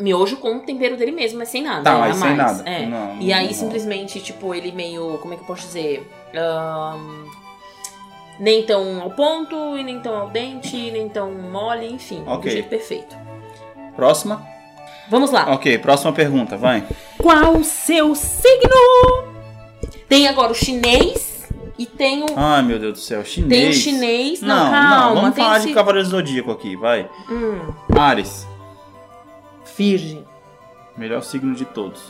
S1: Miojo com o tempero dele mesmo, mas sem nada.
S2: Tá,
S1: é,
S2: mas
S1: a
S2: sem
S1: mais.
S2: nada.
S1: É.
S2: Não,
S1: E aí,
S2: não.
S1: simplesmente, tipo, ele meio. Como é que eu posso dizer? Ahn, nem tão ao ponto, e nem tão ao dente, nem tão mole, enfim.
S2: Ok.
S1: Do jeito perfeito.
S2: Próxima?
S1: Vamos lá.
S2: Ok, próxima pergunta, vai.
S1: Qual o seu signo? Tem agora o chinês e tem o.
S2: Ai, meu Deus do céu, Ah, chinês.
S1: Tem o chinês. Não,
S2: Não,
S1: calma.
S2: não, vamos
S1: tem
S2: falar
S1: esse-
S2: de Cavaleiro do Zodíaco aqui, vai.
S1: Hum,
S2: Ares,
S1: virgem.
S2: melhor signo de todos.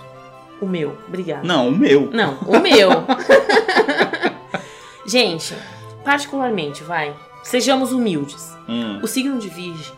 S1: O meu. Obrigada.
S2: Não, o meu.
S1: Não, o meu. Gente, particularmente, vai. Sejamos humildes.
S2: Hum,
S1: O signo de virgem,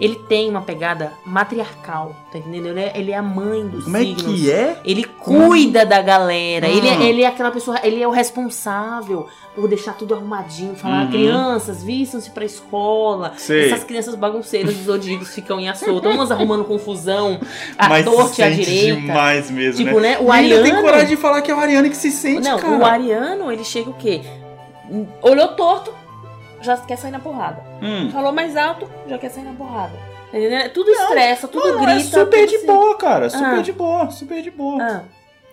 S1: ele tem uma pegada matriarcal, tá entendendo? Ele é, ele é a mãe dos
S2: Como é
S1: signos.
S2: que é?
S1: Ele cuida da galera.
S2: Hum.
S1: Ele, é- ele é aquela pessoa, ele é o responsável por deixar tudo arrumadinho, falar
S2: Uhum.
S1: crianças, vistam-se pra escola.
S2: Sei.
S1: Essas crianças bagunceiras dos zodíacos ficam em assolta, umas arrumando confusão, à
S2: Mas
S1: torta e à
S2: se sente
S1: direita.
S2: demais mesmo,
S1: Tipo,
S2: né?
S1: né? O
S2: Menina, tem
S1: ariano,
S2: coragem de falar que é o Ariano que se sente,
S1: não,
S2: cara.
S1: o ariano, ele chega o quê? Olhou torto, já quer sair na porrada.
S2: Hum.
S1: Falou mais alto, já quer sair na porrada. Entendeu? Tudo estressa, tudo
S2: Mano,
S1: grita.
S2: é super
S1: tudo
S2: de
S1: se-
S2: boa, cara. Super
S1: Ah.
S2: de boa, super de boa.
S1: Ah.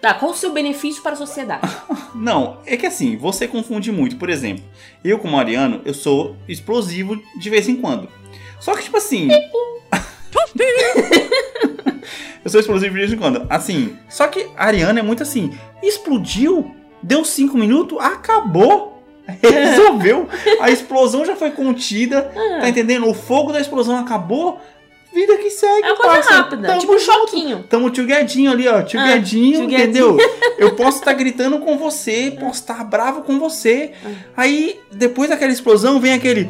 S1: Tá, qual o seu benefício para a sociedade?
S2: Não, é que assim, você confunde muito. Por exemplo, eu como ariano, eu sou explosivo de vez em quando. Só que, tipo assim. eu sou explosivo de vez em quando. Assim, só que ariano é muito assim. Explodiu, deu 5 minutos, acabou. Resolveu. A explosão já foi contida.
S1: Ah.
S2: Tá entendendo? O fogo da explosão acabou. Vida que segue,
S1: É uma coisa
S2: parça.
S1: rápida,
S2: Tamo
S1: tipo um
S2: junto.
S1: choquinho.
S2: Tamo tilgadinho ali, ó. Tilgadinho,
S1: Ah, tio Guedinho.
S2: entendeu? Eu posso estar gritando com você, posso estar bravo com você.
S1: Ah.
S2: Aí, depois daquela explosão, "Ah, vem aquele.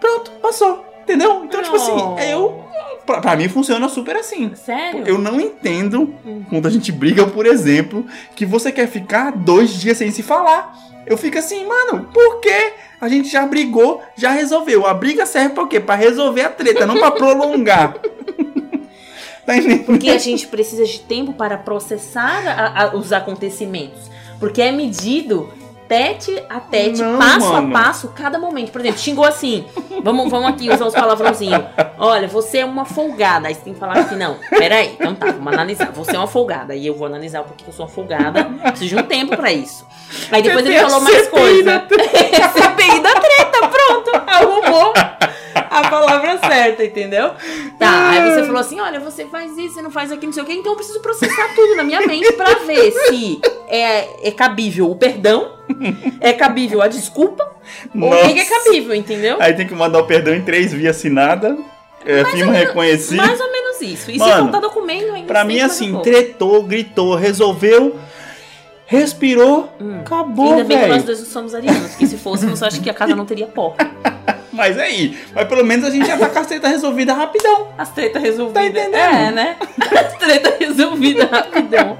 S2: Pronto, passou. Entendeu? Então, tipo assim,
S1: Oh.
S2: eu Pra, pra mim funciona super assim.
S1: Sério? Hum.
S2: Eu não entendo quando a gente briga, por exemplo, que você quer ficar dois dias sem se falar. Eu fico assim, mano, por quê? A gente já brigou, já resolveu. A briga serve pra quê? Pra resolver a treta, não pra prolongar. tá entendendo?
S1: Porque a gente precisa de tempo para processar a- a- os acontecimentos. Porque é medido tete a tete,
S2: Não,
S1: passo
S2: mano.
S1: a passo, cada momento. Por exemplo, xingou assim. Vamos, vamos aqui usar os palavrãozinhos. Olha, você é uma folgada. Aí você tem que falar assim, não, peraí. Então tá, vamos analisar. Você é uma folgada. E eu vou analisar porque eu sou uma folgada. Preciso de um tempo pra isso. Aí depois
S2: Você
S1: ele
S2: tem
S1: falou
S2: a
S1: mais
S2: CPI da
S1: coisa. CPI da treta, pronto. Arrumou a palavra certa, entendeu? Tá, aí você falou assim: olha, você faz isso, você não faz aquilo, não sei o quê, então eu preciso processar tudo na minha mente pra ver se é, é cabível o perdão, é cabível a desculpa, ou o que que é
S2: Nossa.
S1: cabível, entendeu?
S2: Aí tem que mandar o perdão em três via assinada. É, firma reconhecida.
S1: Mais ou menos isso. E se
S2: Mano,
S1: contar documento ainda.
S2: Pra
S1: sei
S2: mim,
S1: mais um
S2: assim,
S1: pouco.
S2: tretou, gritou, resolveu, respirou,
S1: Hum.
S2: acabou,
S1: Ainda bem que nós
S2: velho.
S1: dois não somos arianos, porque se fôssemos, eu acho que a casa não teria porta.
S2: Mas é aí, mas pelo menos a gente já tá com a treta resolvida rapidão.
S1: As tretas resolvidas.
S2: Tá entendendo?
S1: É, né? As tretas resolvidas rapidão.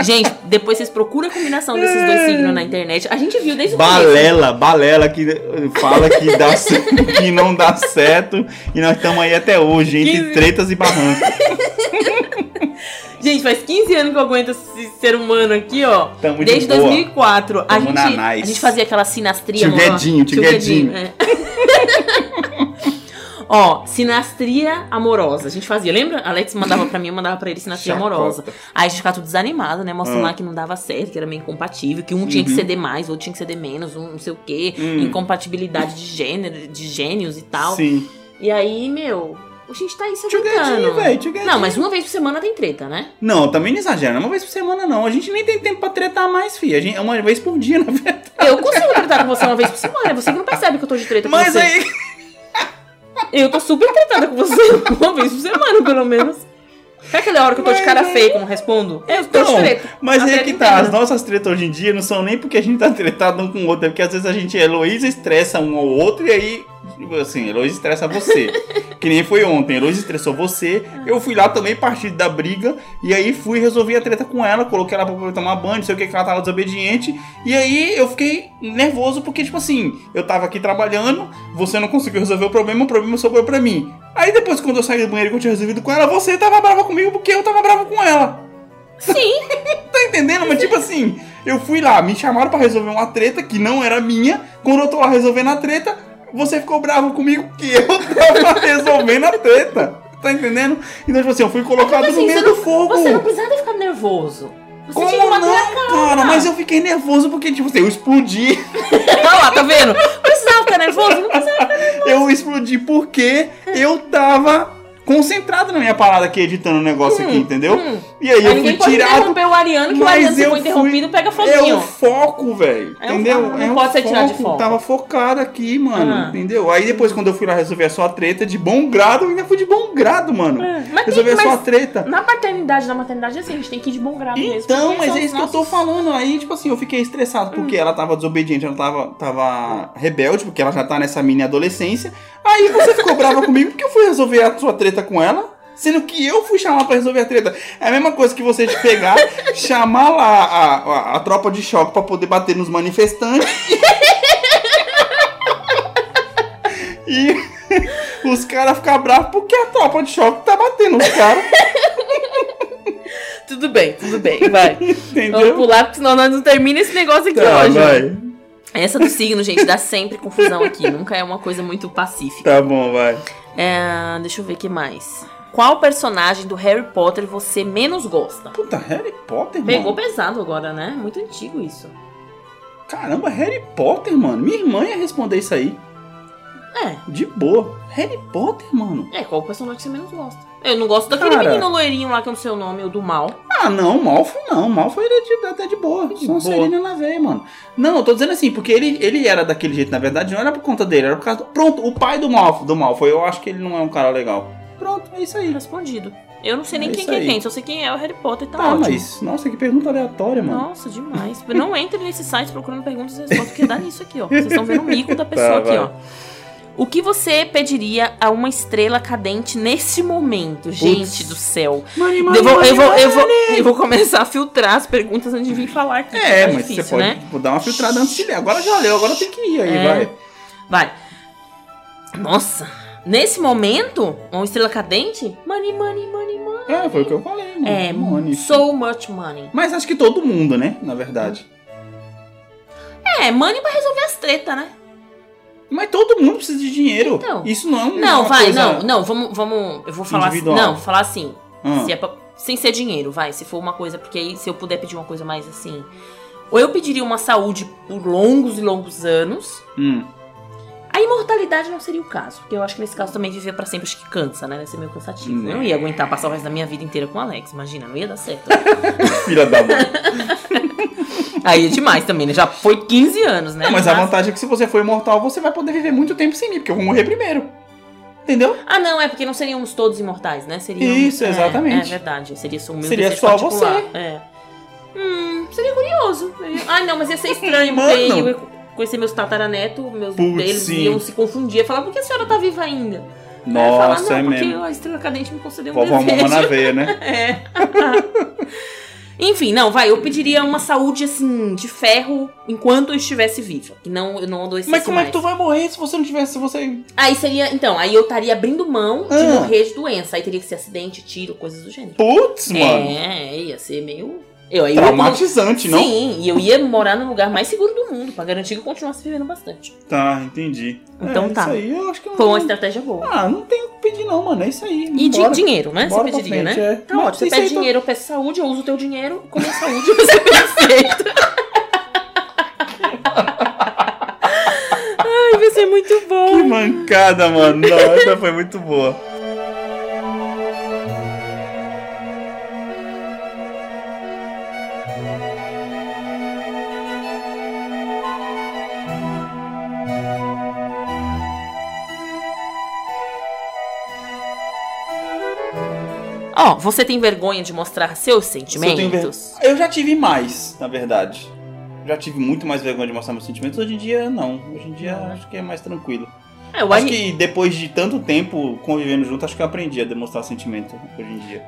S1: Gente, depois vocês procuram a combinação desses
S2: É.
S1: dois signos na internet. A gente viu desde o começo.
S2: Balela, balela que eh, fala que, dá, ce- que não dá certo e nós estamos aí até hoje,
S1: Quinze.
S2: entre tretas e barrancos.
S1: Gente, faz 15 anos que eu aguento esse ser humano aqui, ó.
S2: Tamo de
S1: desde
S2: boa.
S1: 2004. A
S2: Tamo
S1: gente,
S2: na nice.
S1: a gente fazia aquela sinastria.
S2: Tio
S1: ó.
S2: Guedinho, tio Guedinho.
S1: é. Ó, sinastria amorosa. A gente fazia, lembra? Alex mandava pra mim, eu mandava pra ele sinastria
S2: Chacota.
S1: amorosa. Aí a gente ficava tudo desanimado, né? Mostrando
S2: Ah.
S1: lá que não dava certo, que era meio incompatível, que um tinha que
S2: Uhum.
S1: ceder mais, outro tinha que ceder menos, um não sei o quê,
S2: Hum.
S1: incompatibilidade de gênero, de gênios e tal.
S2: Sim.
S1: E aí, meu, a gente tá aí se
S2: Tio Guedinho,
S1: aguentando.
S2: velho, tio Guedinho.
S1: Não, mas uma vez por semana tem treta, né?
S2: Não, também não exagera, uma vez por semana não. A gente nem tem tempo pra tretar mais, filha. A gente, é uma vez por dia, na verdade.
S1: Eu consigo tratar com você uma vez por semana, é você que não percebe que eu tô de treta com
S2: Mas é
S1: você.
S2: aí,
S1: Eu tô super tratada com você uma vez por semana, pelo menos. É aquela hora que eu tô de cara
S2: Mas-
S1: feia, que eu não respondo? Eu tô de
S2: Então,
S1: treta.
S2: Mas
S1: A
S2: aí é
S1: treta
S2: que tá, as
S1: interna.
S2: nossas tretas hoje em dia não são nem porque a gente tá tretado um com o outro, é porque às vezes a gente, Heloísa, estressa um ao outro e aí, tipo assim, Heloísa estressa você. que nem foi ontem, Heloísa estressou você, eu fui lá, tomei partido da briga e aí fui e resolvi a treta com ela, coloquei ela pra poder tomar banho, não sei o que, que ela tava desobediente e aí eu fiquei nervoso porque, tipo assim, eu tava aqui trabalhando, você não conseguiu resolver o problema, o problema sobrou pra mim. Aí depois, quando eu saí do banheiro que eu tinha resolvido com ela, você tava brava comigo porque eu tava brava com ela.
S1: Sim,
S2: Tá entendendo? Mas tipo assim, eu fui lá, me chamaram pra resolver uma treta que não era minha. Quando eu tô lá resolvendo a treta, você ficou bravo comigo que eu tava resolvendo a treta. Tá entendendo? Então, tipo assim, eu fui colocado
S1: Mas, assim,
S2: no meio
S1: você
S2: do
S1: não-
S2: fogo.
S1: você não precisava ficar nervoso. Você
S2: Como
S1: tinha que bater
S2: não,
S1: na
S2: cara? Mas eu fiquei nervoso porque, tipo assim, eu explodi.
S1: Olha lá, tá vendo? Precisava ficar nervoso? Não precisava.
S2: Eu explodi porque eu tava concentrado na minha parada aqui, editando o negócio aqui, entendeu?
S1: Hum.
S2: E aí
S1: Aí
S2: eu fui
S1: ninguém pode
S2: tirado.
S1: interromper o Ariano, que o
S2: mas
S1: Ariano se
S2: eu
S1: for
S2: fui-
S1: interrompido, pega
S2: É
S1: foguinho.
S2: o foco, velho.
S1: É o
S2: entendeu?
S1: foco, não
S2: é o
S1: pode ser tirado de foco.
S2: Tava focado aqui, mano.
S1: Ah.
S2: Entendeu? Aí depois, quando eu fui lá resolver a sua treta, de bom grado, eu ainda fui de bom grado, mano.
S1: É, mas tem-
S2: resolver
S1: mas-
S2: a sua treta.
S1: Na paternidade, na maternidade, é assim, a gente tem que ir de bom grado mesmo.
S2: Então,
S1: porque
S2: mas
S1: são
S2: é
S1: os
S2: isso que eu tô
S1: nossos- Hum.
S2: falando. Aí, tipo assim, eu fiquei estressado porque ela tava desobediente, ela tava, tava rebelde, porque ela já tá nessa mini adolescência. Aí você ficou brava comigo porque eu fui resolver a sua treta com ela. Sendo que eu fui chamar pra resolver a treta. É a mesma coisa que você te pegar, chamar lá a, a, a tropa de choque pra poder bater nos manifestantes. e os caras ficar bravos porque a tropa de choque tá batendo os caras.
S1: Tudo bem, tudo bem, vai. Vamos
S2: Entendeu?
S1: pular, porque senão nós não termina esse negócio aqui
S2: Tá,
S1: hoje.
S2: vai.
S1: Essa do signo, gente, dá sempre confusão aqui. Nunca é uma coisa muito pacífica.
S2: Tá bom, vai.
S1: É, deixa eu ver o que mais. Qual personagem do Harry Potter você menos gosta?
S2: Puta, Harry Potter,
S1: Pegou
S2: mano.
S1: pesado agora, né? Muito antigo isso.
S2: Caramba, Harry Potter, mano. Minha irmã ia responder isso aí.
S1: É.
S2: De boa. Harry Potter, mano.
S1: É, qual personagem que você menos gosta? Eu não gosto daquele
S2: Cara.
S1: menino loirinho lá que eu não sei o nome, o do mal.
S2: Ah, não, Malfo não. Malfo ele é de, até de boa. Só
S1: boa.
S2: Serena na veia, mano. Não, eu tô dizendo assim, porque ele, ele era daquele jeito, na verdade, não era por conta dele, era por causa do... Pronto, o pai do Malfo, do Malfo. Eu acho que ele não é um cara legal. Pronto, é isso aí.
S1: Tá Respondido. Eu não sei nem
S2: É
S1: quem
S2: isso
S1: que é
S2: aí.
S1: quem, só sei quem é o Harry Potter, tá,
S2: Tá,
S1: ótimo.
S2: mas... Nossa, que pergunta aleatória, mano.
S1: Nossa, demais. Não entre nesse site procurando perguntas e respostas, porque dá nisso aqui, ó. Vocês estão vendo o mico da pessoa
S2: Tá,
S1: aqui,
S2: vai.
S1: ó. O que você pediria a uma estrela cadente nesse momento, gente do céu?
S2: Money,
S1: eu, vou, eu, vou, eu, vou, eu vou começar a filtrar as perguntas antes de vir falar aqui. que
S2: É,
S1: tá
S2: mas
S1: difícil,
S2: você pode
S1: né?
S2: dar uma filtrada antes de ler. Agora já leu, agora tem que ir aí,
S1: É.
S2: vai.
S1: Vai. Nossa, nesse momento, uma estrela cadente? Money, money, money, money.
S2: É, foi o que eu falei, mano.
S1: É,
S2: Money.
S1: so much money.
S2: Mas acho que todo mundo, né? Na verdade.
S1: É, money pra resolver as tretas, né?
S2: Mas todo mundo precisa de dinheiro.
S1: Então.
S2: Isso não é uma
S1: Não, vai,
S2: coisa-
S1: não, não, vamos, vamos, eu vou falar assim,
S2: Individual.
S1: não, vou falar assim,
S2: Ah,
S1: se é pra- sem ser dinheiro, vai, se for uma coisa, porque aí se eu puder pedir uma coisa mais assim, ou eu pediria uma saúde por longos e longos anos,
S2: hum.
S1: a imortalidade não seria o caso, porque eu acho que nesse caso também viver pra sempre acho que cansa, né, vai ser meio cansativo, eu não ia aguentar passar o resto da minha vida inteira com o Alex, imagina, não ia dar certo,
S2: Filha da mãe.
S1: aí é demais também, né, já foi 15 anos, né,
S2: Não, mas a vantagem é que se você for imortal, você vai poder viver muito tempo sem mim, porque eu vou morrer primeiro. Entendeu?
S1: ah não, é porque não seríamos todos imortais, né, seriam,
S2: Isso,
S1: é,
S2: exatamente.
S1: é verdade, seria só o meu
S2: Seria
S1: desejo
S2: só
S1: particular,
S2: você.
S1: é. Hum, seria curioso. Ah, não, mas ia ser estranho,
S2: Mano.
S1: porque eu ia conhecer meus tataranetos, meus
S2: Putz,
S1: deles
S2: sim.
S1: iam se confundir, ia falar, por que a senhora tá viva ainda? Aí eu ia
S2: Nossa,
S1: falar,
S2: é
S1: não, porque
S2: mesmo.
S1: a estrela cadente me concedeu um
S2: Vovó
S1: desejo.
S2: mama na veia, né?
S1: É. Enfim, não, vai, eu pediria uma saúde, assim, de ferro enquanto eu estivesse viva. Que não, eu não adoecesse
S2: Mas como é
S1: mais.
S2: que tu vai morrer se você não tivesse. Se você.
S1: Aí seria, então, aí eu estaria abrindo mão de
S2: Ah.
S1: morrer de doença. Aí teria que ser acidente, tiro, coisas do gênero.
S2: Putz, mano.
S1: É, ia ser meio. Eu, aí eu-
S2: Traumatizante, não?
S1: Sim, e eu ia morar no lugar mais seguro do mundo, pra garantir que eu continuasse vivendo bastante.
S2: Tá, entendi.
S1: Então
S2: é,
S1: tá.
S2: Isso aí eu acho que eu
S1: Foi uma
S2: não-
S1: estratégia boa.
S2: Ah, não tem o que pedir, não, mano. É isso aí.
S1: E de
S2: Hum. Bora.
S1: dinheiro, né?
S2: Bora
S1: você
S2: pra
S1: pediria,
S2: frente,
S1: né?
S2: é.
S1: Tá
S2: Mas
S1: ótimo. Você
S2: isso
S1: pede
S2: aí tu-
S1: dinheiro, eu peço saúde, eu uso o teu dinheiro, com a minha saúde, você é perfeito. Ai, vai ser muito
S2: Que
S1: bom.
S2: mancada, mano. Não, essa foi muito boa.
S1: Ó, você tem vergonha de mostrar seus sentimentos?
S2: Se eu tenho ver- Eu já tive mais, na verdade. Já tive muito mais vergonha de mostrar meus sentimentos. Hoje em dia, não. Hoje em dia, acho que é mais tranquilo.
S1: É, eu
S2: Acho
S1: acho
S2: que depois de tanto tempo convivendo junto, acho que eu aprendi a demonstrar sentimento hoje em dia.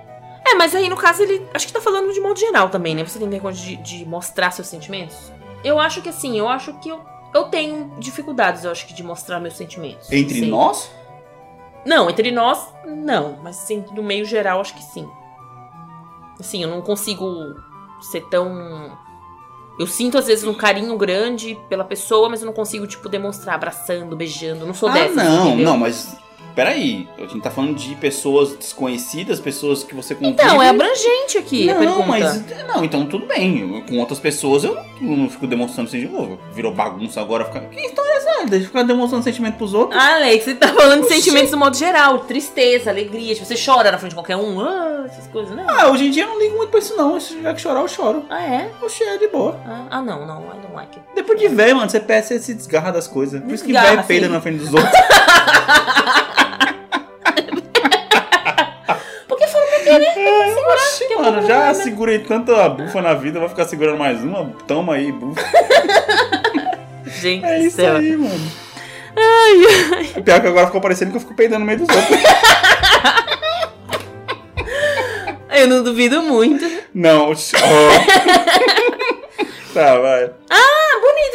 S1: É, mas aí no caso ele. Acho que tá falando de modo geral também, né? Você tem vergonha de, de mostrar seus sentimentos? Eu acho que assim, eu acho que eu, eu tenho dificuldades, eu acho que, de mostrar meus sentimentos.
S2: Entre
S1: Sim.
S2: nós?
S1: Não, entre nós, não. Mas assim, no meio geral, acho que sim. Assim, eu não consigo ser tão. Eu sinto, às vezes, um carinho grande pela pessoa, mas eu não consigo, tipo, demonstrar abraçando, beijando. Não sou
S2: ah,
S1: dessas.
S2: não,
S1: entendeu?
S2: não, mas. Peraí, a gente tá falando de pessoas desconhecidas, pessoas que você convive.
S1: Então, é abrangente aqui a
S2: Não,
S1: pergunta.
S2: mas. Não, então tudo bem. Com outras pessoas eu não, não fico demonstrando sentimento. Ô, Virou bagunça agora. Fica... Que história é essa? Deixa eu ficar demonstrando sentimento pros outros.
S1: Alex, você tá falando de
S2: Oxi.
S1: sentimentos no modo geral, tristeza, alegria, tipo, você chora na frente de qualquer um, ah, essas coisas, não.
S2: Ah, hoje em dia eu não ligo muito pra isso, não. Se tiver que chorar, eu choro.
S1: Ah, é?
S2: Oxe, é de boa.
S1: Ah, ah, não, não, I don't like it.
S2: Depois de velho, mano, você, perde, você se desgarra das coisas. Por isso que
S1: Desgarra,
S2: velho peida
S1: sim.
S2: na frente dos outros.
S1: Porque falou pra
S2: Oxi, mano,
S1: bom,
S2: já segurei tanta bufa na vida, vou ficar segurando mais uma. Toma aí, bufa.
S1: Gente
S2: É
S1: do
S2: isso
S1: céu.
S2: aí, mano. É Pior que agora ficou parecendo que eu fico peidando no meio dos outros.
S1: Eu não duvido muito.
S2: Não, oxi. ó. tá, vai.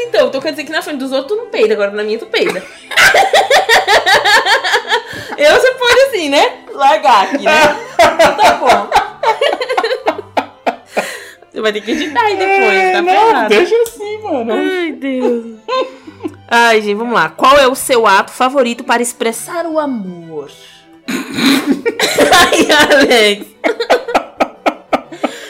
S1: Então, então quer dizer que na frente dos outros tu não peida, agora na minha tu peida. Eu você pode assim, né? Largar aqui, né? Então tá bom. Você vai ter que editar aí depois, tá
S2: É, não,
S1: ferrado.
S2: deixa assim, mano.
S1: Ai, Deus. Ai, gente, vamos lá. Qual é o seu ato favorito para expressar o amor? Ai, Alex.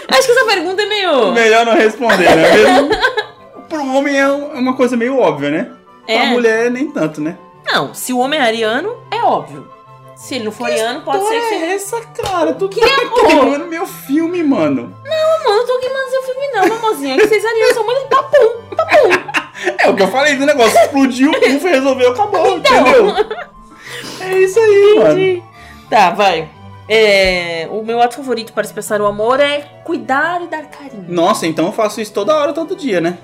S1: Acho que essa pergunta é meio.
S2: Melhor não responder, né? Mesmo... Pro homem é um- é uma coisa meio óbvia, né? Pra
S1: É.
S2: mulher, nem tanto, né?
S1: Não, se o homem é ariano, é óbvio. Se ele não for ariano, pode ser que
S2: Olha
S1: seja.
S2: Então é essa, cara? Tu
S1: Que
S2: tá
S1: amor?
S2: queimando meu filme, mano.
S1: Não, mano, eu um tô queimando seu filme, não, mamãozinha. É que vocês arianos são muito papum.
S2: É o que eu falei do negócio. Explodiu, puf, resolveu, acabou,
S1: Então.
S2: entendeu? É isso aí, mano.
S1: Tá, vai. É, o meu ato favorito para expressar o amor é cuidar e dar carinho.
S2: Nossa, então eu faço isso toda hora, todo dia, né?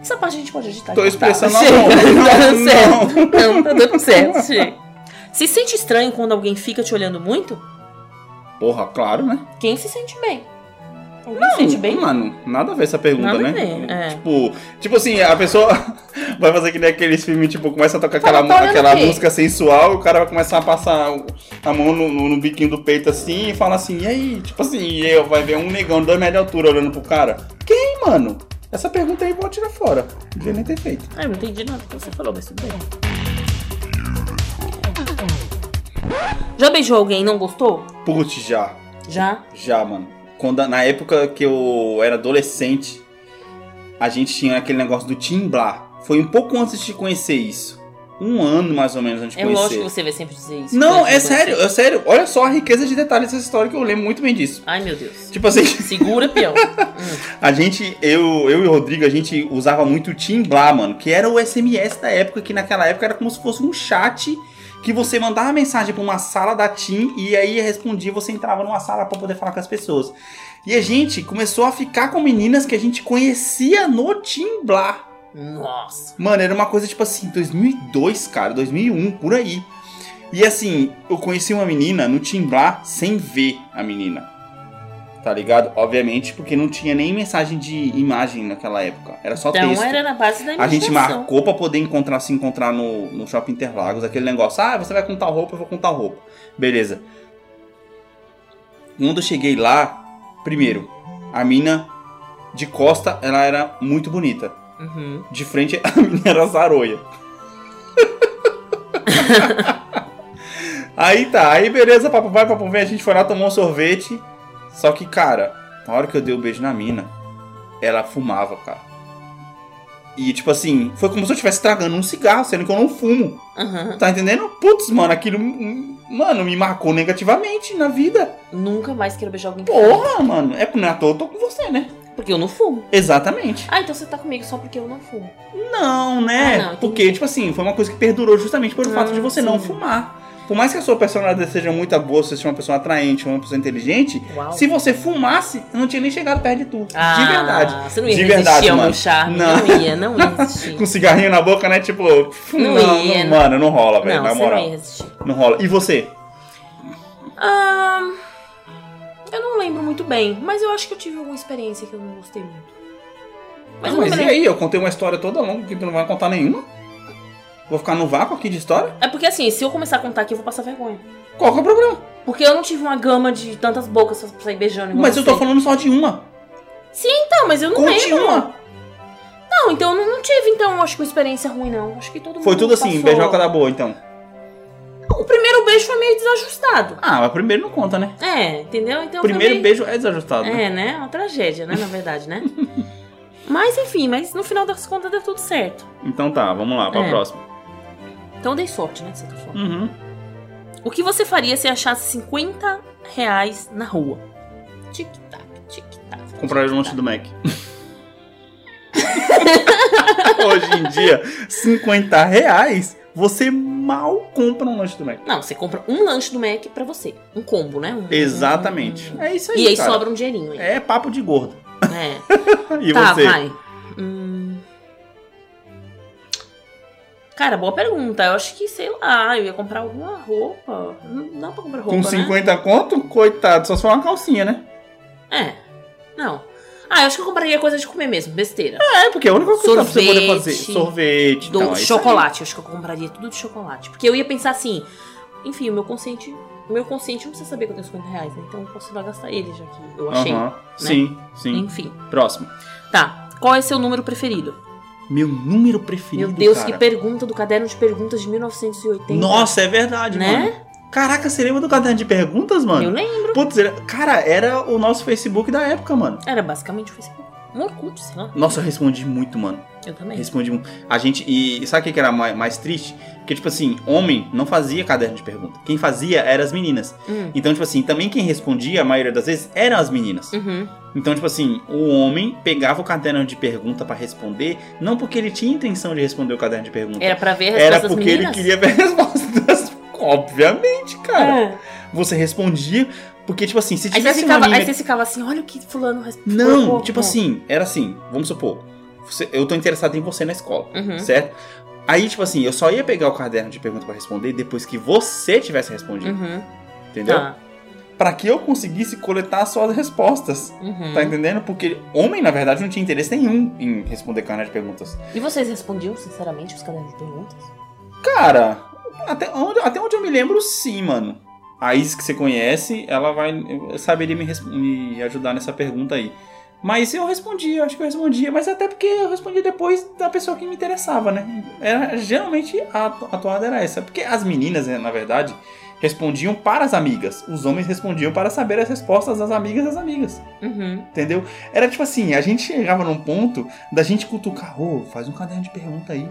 S1: Essa parte a gente pode editar.
S2: Tô
S1: e cortar.
S2: expressando
S1: Chega,
S2: amor.
S1: Tá
S2: Não,
S1: dando certo. Não, tá dando certo. chega. Se sente estranho quando alguém fica te olhando muito?
S2: Porra, claro, né?
S1: Quem se sente bem? Alguém se sente bem?
S2: Mano, nada a ver essa pergunta,
S1: Nada a
S2: né?
S1: ver, é.
S2: Tipo, tipo assim, a pessoa vai fazer que nem aqueles filmes, tipo, começa a tocar
S1: Fala,
S2: aquela,
S1: tá olhando
S2: aquela
S1: o quê?
S2: música sensual e o cara vai começar a passar o- a mão no, no- no biquinho do peito assim e fala assim, e aí? Tipo assim, e eu vai ver um negão de dois metros de altura olhando pro cara. Quem, mano? Essa pergunta aí pode tirar fora. Não devia nem ter feito.
S1: Ah, eu não entendi nada que você falou, mas tudo bem. Já beijou alguém e não gostou?
S2: Putz, já.
S1: Já?
S2: Já, mano. Quando, a- na época que eu era adolescente, a gente tinha aquele negócio do timblar. Foi um pouco antes de te conhecer isso. Um ano mais ou menos antes de
S1: É
S2: conhecer.
S1: lógico que você vai sempre dizer assim. isso.
S2: Não,
S1: Quando
S2: é
S1: você-
S2: sério, é sério. Olha só a riqueza de detalhes dessa história que eu lembro muito bem disso.
S1: Ai, meu Deus.
S2: Tipo assim,
S1: Segura, peão. Hum.
S2: a gente, eu, eu e o Rodrigo, a gente usava muito o Timblar, mano, que era o SMS da época, que naquela época era como se fosse um chat que você mandava mensagem pra uma sala da Tim e aí respondia, você entrava numa sala pra poder falar com as pessoas. E a gente começou a ficar com meninas que a gente conhecia no Timblar.
S1: Nossa.
S2: Mano, era uma coisa tipo assim, 2002, cara, 2001, por aí. E assim, eu conheci uma menina no Timblar sem ver a menina. Tá ligado? Obviamente, porque não tinha nem mensagem de imagem naquela época. Era só
S1: Então
S2: texto.
S1: era na base da
S2: A gente
S1: imaginação.
S2: marcou pra poder encontrar, se encontrar no, no Shopping Interlagos, aquele negócio, ah, você vai com tal roupa, eu vou com tal roupa. Beleza. Quando eu cheguei lá, primeiro, a mina de costa, ela era muito bonita.
S1: Uhum.
S2: De frente, a menina era Zaroia. aí tá, aí beleza, papo vai, papo vem, a gente foi lá, tomou um sorvete. Só que, cara, na hora que eu dei o beijo na mina, ela fumava, cara. E, tipo assim, foi como se eu estivesse tragando um cigarro, sendo que eu não fumo.
S1: Aham.
S2: Tá entendendo? Putz, mano, aquilo, hum, mano, me marcou negativamente na vida.
S1: Nunca mais quero beijar alguém. que fuma,
S2: Porra, mano, é porque não é à toa eu tô com você, né?
S1: Porque eu não fumo.
S2: Exatamente.
S1: Ah, então você tá comigo só porque eu não fumo.
S2: Não,
S1: Ah,
S2: né?
S1: não, entendi.
S2: Porque, tipo assim, foi uma coisa que perdurou justamente pelo
S1: Ah,
S2: fato de você não
S1: sim.
S2: fumar. Por mais que a sua personalidade seja muito boa, você seja uma pessoa atraente, uma pessoa inteligente,
S1: Uau.
S2: se você fumasse, eu não tinha nem chegado perto de tu.
S1: Ah,
S2: de verdade.
S1: Você não ia
S2: De
S1: resistir
S2: verdade,
S1: ao
S2: mano.
S1: meu charme.
S2: Não.
S1: Não. ia, não ia resistir.
S2: Com cigarrinho na boca, né? Tipo, não,
S1: ia,
S2: não,
S1: né?
S2: mano, não rola, velho,
S1: não,
S2: na
S1: você não
S2: moral.
S1: ia resistir.
S2: Não rola. E você?
S1: Ah, eu não lembro muito bem, mas eu acho que eu tive alguma experiência que eu não gostei muito. Mas
S2: Ah,
S1: eu não me
S2: mas e
S1: lembro.
S2: aí? Eu contei uma história toda longa que tu não vai contar nenhuma? Vou ficar no vácuo aqui de história?
S1: É porque assim, se eu começar a contar aqui, eu vou passar vergonha.
S2: Qual que é o problema?
S1: Porque eu não tive uma gama de tantas bocas pra sair beijando. igual
S2: Mas eu tô
S1: você.
S2: falando só de uma.
S1: Não, mas eu não
S2: Conte
S1: lembro.
S2: uma.
S1: Não, então eu não, não tive, então, acho que uma experiência ruim, não. Acho que todo mundo.
S2: Foi tudo assim,
S1: passou.
S2: beijoca da boa, então.
S1: O primeiro beijo foi meio desajustado.
S2: Ah, mas primeiro não conta, né?
S1: É, entendeu? Então
S2: Primeiro
S1: também...
S2: beijo é desajustado. né?
S1: É, né? Uma tragédia, né? Na verdade, né? mas enfim, mas no final das contas deu tudo certo.
S2: Então tá, vamos lá, pra
S1: É.
S2: próxima.
S1: Então eu dei sorte, né? De certa forma.
S2: Uhum.
S1: O que você faria se achasse 50 reais na rua? Tic-tac, tic-tac.
S2: Comprar o lanche
S1: tic-tac.
S2: do Mac. Hoje em dia, 50 reais, você mal compra um lanche do Mac.
S1: Não, você compra um lanche do Mac pra você. Um combo, né? Um-
S2: Exatamente.
S1: um-
S2: É isso aí,
S1: E aí
S2: cara.
S1: sobra um dinheirinho aí.
S2: É papo de gordo.
S1: É.
S2: E
S1: tá,
S2: você?
S1: vai. Hum. Cara, boa pergunta. Eu acho que, sei lá, eu ia comprar alguma roupa. Não dá pra comprar roupa,
S2: Com
S1: né?
S2: 50 conto? Coitado, só se for uma calcinha, né?
S1: É. Não. Ah, eu acho que eu compraria coisa de comer mesmo, besteira.
S2: É, porque a única coisa que você
S1: Sorvete.
S2: poder fazer... Sorvete.
S1: Do
S2: então, é isso aí.
S1: chocolate, eu acho que eu compraria tudo de chocolate. Porque eu ia pensar assim, enfim, o meu consciente. O meu consciente não precisa saber que eu tenho 50 reais, né? Então eu posso ir lá gastar ele, já que eu achei.
S2: Aham. Sim, sim.
S1: Enfim.
S2: Próximo.
S1: Tá. Qual é seu número preferido?
S2: Meu número preferido,
S1: meu Deus,
S2: cara.
S1: que pergunta do caderno de perguntas de 1980.
S2: Nossa, é verdade,
S1: Né?
S2: mano. Caraca, você lembra do caderno de perguntas, mano?
S1: Eu lembro.
S2: Putz, era- cara, era o nosso Facebook da época, mano.
S1: Era basicamente o Facebook. Um Orkut, sei lá.
S2: Nossa, eu respondi muito, mano.
S1: Eu também.
S2: Respondi muito. A gente. E sabe o que que era mais, mais triste? Porque, tipo assim, homem não fazia caderno de pergunta. Quem fazia eram as meninas.
S1: Hum.
S2: Então, tipo assim, também quem respondia, a maioria das vezes, eram as meninas.
S1: Uhum.
S2: Então, tipo assim, o homem pegava o caderno de pergunta pra responder, não porque ele tinha intenção de responder o caderno de pergunta.
S1: Era pra ver a
S2: Era
S1: resposta das
S2: porque ele
S1: meninas?
S2: queria ver as respostas. Obviamente, cara. Você respondia, porque, tipo assim, se
S1: É. Aí, você
S2: tivesse uma
S1: ficava,
S2: mina
S1: aí você ficava assim, olha o que fulano respondeu.
S2: Não, assim, tipo assim, era assim, vamos supor, você- eu tô interessado em você na escola,
S1: Uhum.
S2: certo? Aí, tipo assim, eu só ia pegar o caderno de pergunta pra responder depois que você tivesse respondido,
S1: Uhum.
S2: entendeu?
S1: Tá.
S2: Pra que eu conseguisse coletar suas respostas.
S1: Uhum.
S2: Tá entendendo? Porque homem, na verdade, não tinha interesse nenhum em responder caderno de perguntas.
S1: E vocês respondiam, sinceramente, os cadernos de perguntas?
S2: Cara, até onde, até onde eu me lembro, sim, mano. A Is que você conhece, ela vai eu saberia me, res- me ajudar nessa pergunta aí. Mas eu respondia, eu acho que eu respondia, mas até porque eu respondia depois da pessoa que me interessava, né? Era, geralmente a, atu- a toada era essa. Porque as meninas, né, na verdade, respondiam para as amigas. Os homens respondiam para saber as respostas das amigas das amigas.
S1: Uhum.
S2: Entendeu? Era tipo assim, a gente chegava num ponto da gente cutucar, ô, faz um caderno de pergunta aí.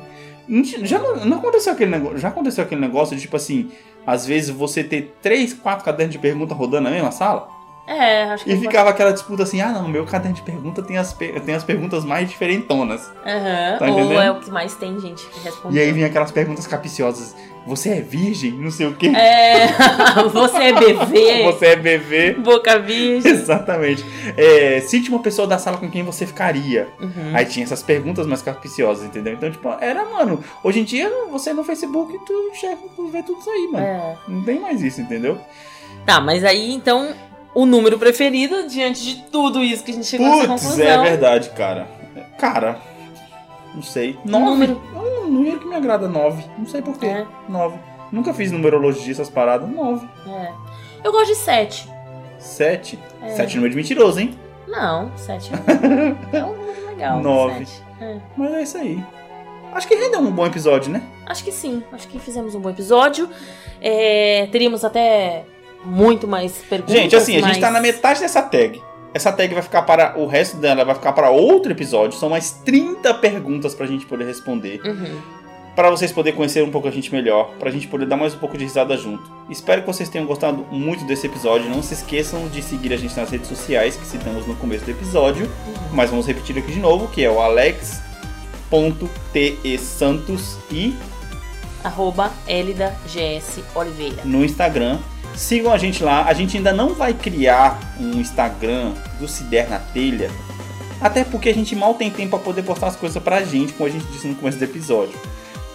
S2: Não ti- Já não, não aconteceu aquele negócio. Já aconteceu aquele negócio de tipo assim, às vezes você ter três, quatro cadernos de pergunta rodando na mesma sala?
S1: É, acho que.
S2: E ficava aquela disputa assim, ah não, meu caderno de pergunta tem as, pe- tem as perguntas mais diferentonas.
S1: Aham.
S2: Tá
S1: Ou
S2: entendendo?
S1: é o que mais tem gente que responde.
S2: E aí vinha aquelas perguntas capciosas. Você é virgem? Não sei o quê.
S1: É. Você é bebê?
S2: Você é bebê?
S1: Boca bicha.
S2: Exatamente. É, cite uma pessoa da sala com quem você ficaria.
S1: Uhum.
S2: Aí tinha essas perguntas mais capciosas, entendeu? Então, tipo, era, mano. Hoje em dia, você no Facebook, tu, chega, tu vê tudo isso aí, mano.
S1: É.
S2: Não tem mais isso, entendeu?
S1: Tá, mas aí então o número preferido diante de tudo isso que a gente chegou nessa
S2: Putz,
S1: conclusão.
S2: é verdade, cara. Cara, não sei. Nove.
S1: Número.
S2: É um número que me agrada, nove. Não sei porquê.
S1: É,
S2: Nove. Nunca fiz numerologia, essas paradas. Nove.
S1: é. Eu gosto de sete.
S2: Sete.
S1: É.
S2: Sete é número de mentiroso, hein?
S1: Não, sete é um- é um número legal.
S2: Nove.
S1: sete. É.
S2: Mas é isso aí. Acho que rendeu um bom episódio, né?
S1: Acho que sim. Acho que fizemos um bom episódio. É, teríamos até muito mais perguntas.
S2: Gente, assim, a gente
S1: mas-
S2: tá na metade dessa tag. Essa tag vai ficar para. O resto dela vai ficar para outro episódio. São mais 30 perguntas pra gente poder responder.
S1: Uhum.
S2: Pra vocês poderem conhecer um pouco a gente melhor. Pra gente poder dar mais um pouco de risada junto. Espero que vocês tenham gostado muito desse episódio. Não se esqueçam de seguir a gente nas redes sociais que citamos no começo do episódio. Mas vamos repetir aqui de novo: que é o alex.tesantos e
S1: Arroba Elida GS Oliveira.
S2: no Instagram. Sigam a gente lá. A gente ainda não vai criar um Instagram do Cider na Telha. Até porque a gente mal tem tempo para poder postar as coisas pra gente, como a gente disse no começo do episódio.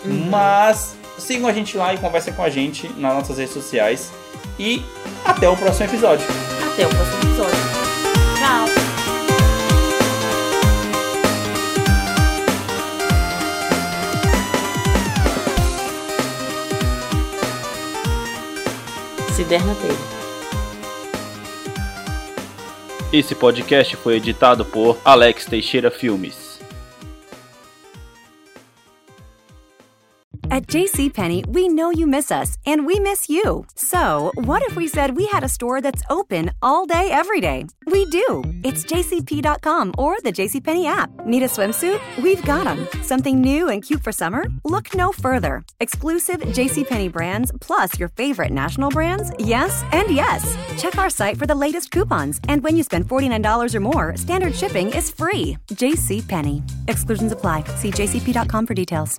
S1: Uhum.
S2: Mas sigam a gente lá e conversem com a gente nas nossas redes sociais. E até o próximo episódio.
S1: Até o próximo episódio. Tchau. Se der na telha.
S2: Esse podcast foi editado por Alex Teixeira Filmes.
S3: At JCPenney, we know you miss us and we miss you. So, what if we said we had a store that's open all day, every day? We do. It's jcp.com or the JCPenney app. Need a swimsuit? We've got them. Something new and cute for summer? Look no further. Exclusive JCPenney brands plus your favorite national brands? Yes and yes. Check our site for the latest coupons. And when you spend $49 or more, standard shipping is free. JCPenney. Exclusions apply. See jcp.com for details.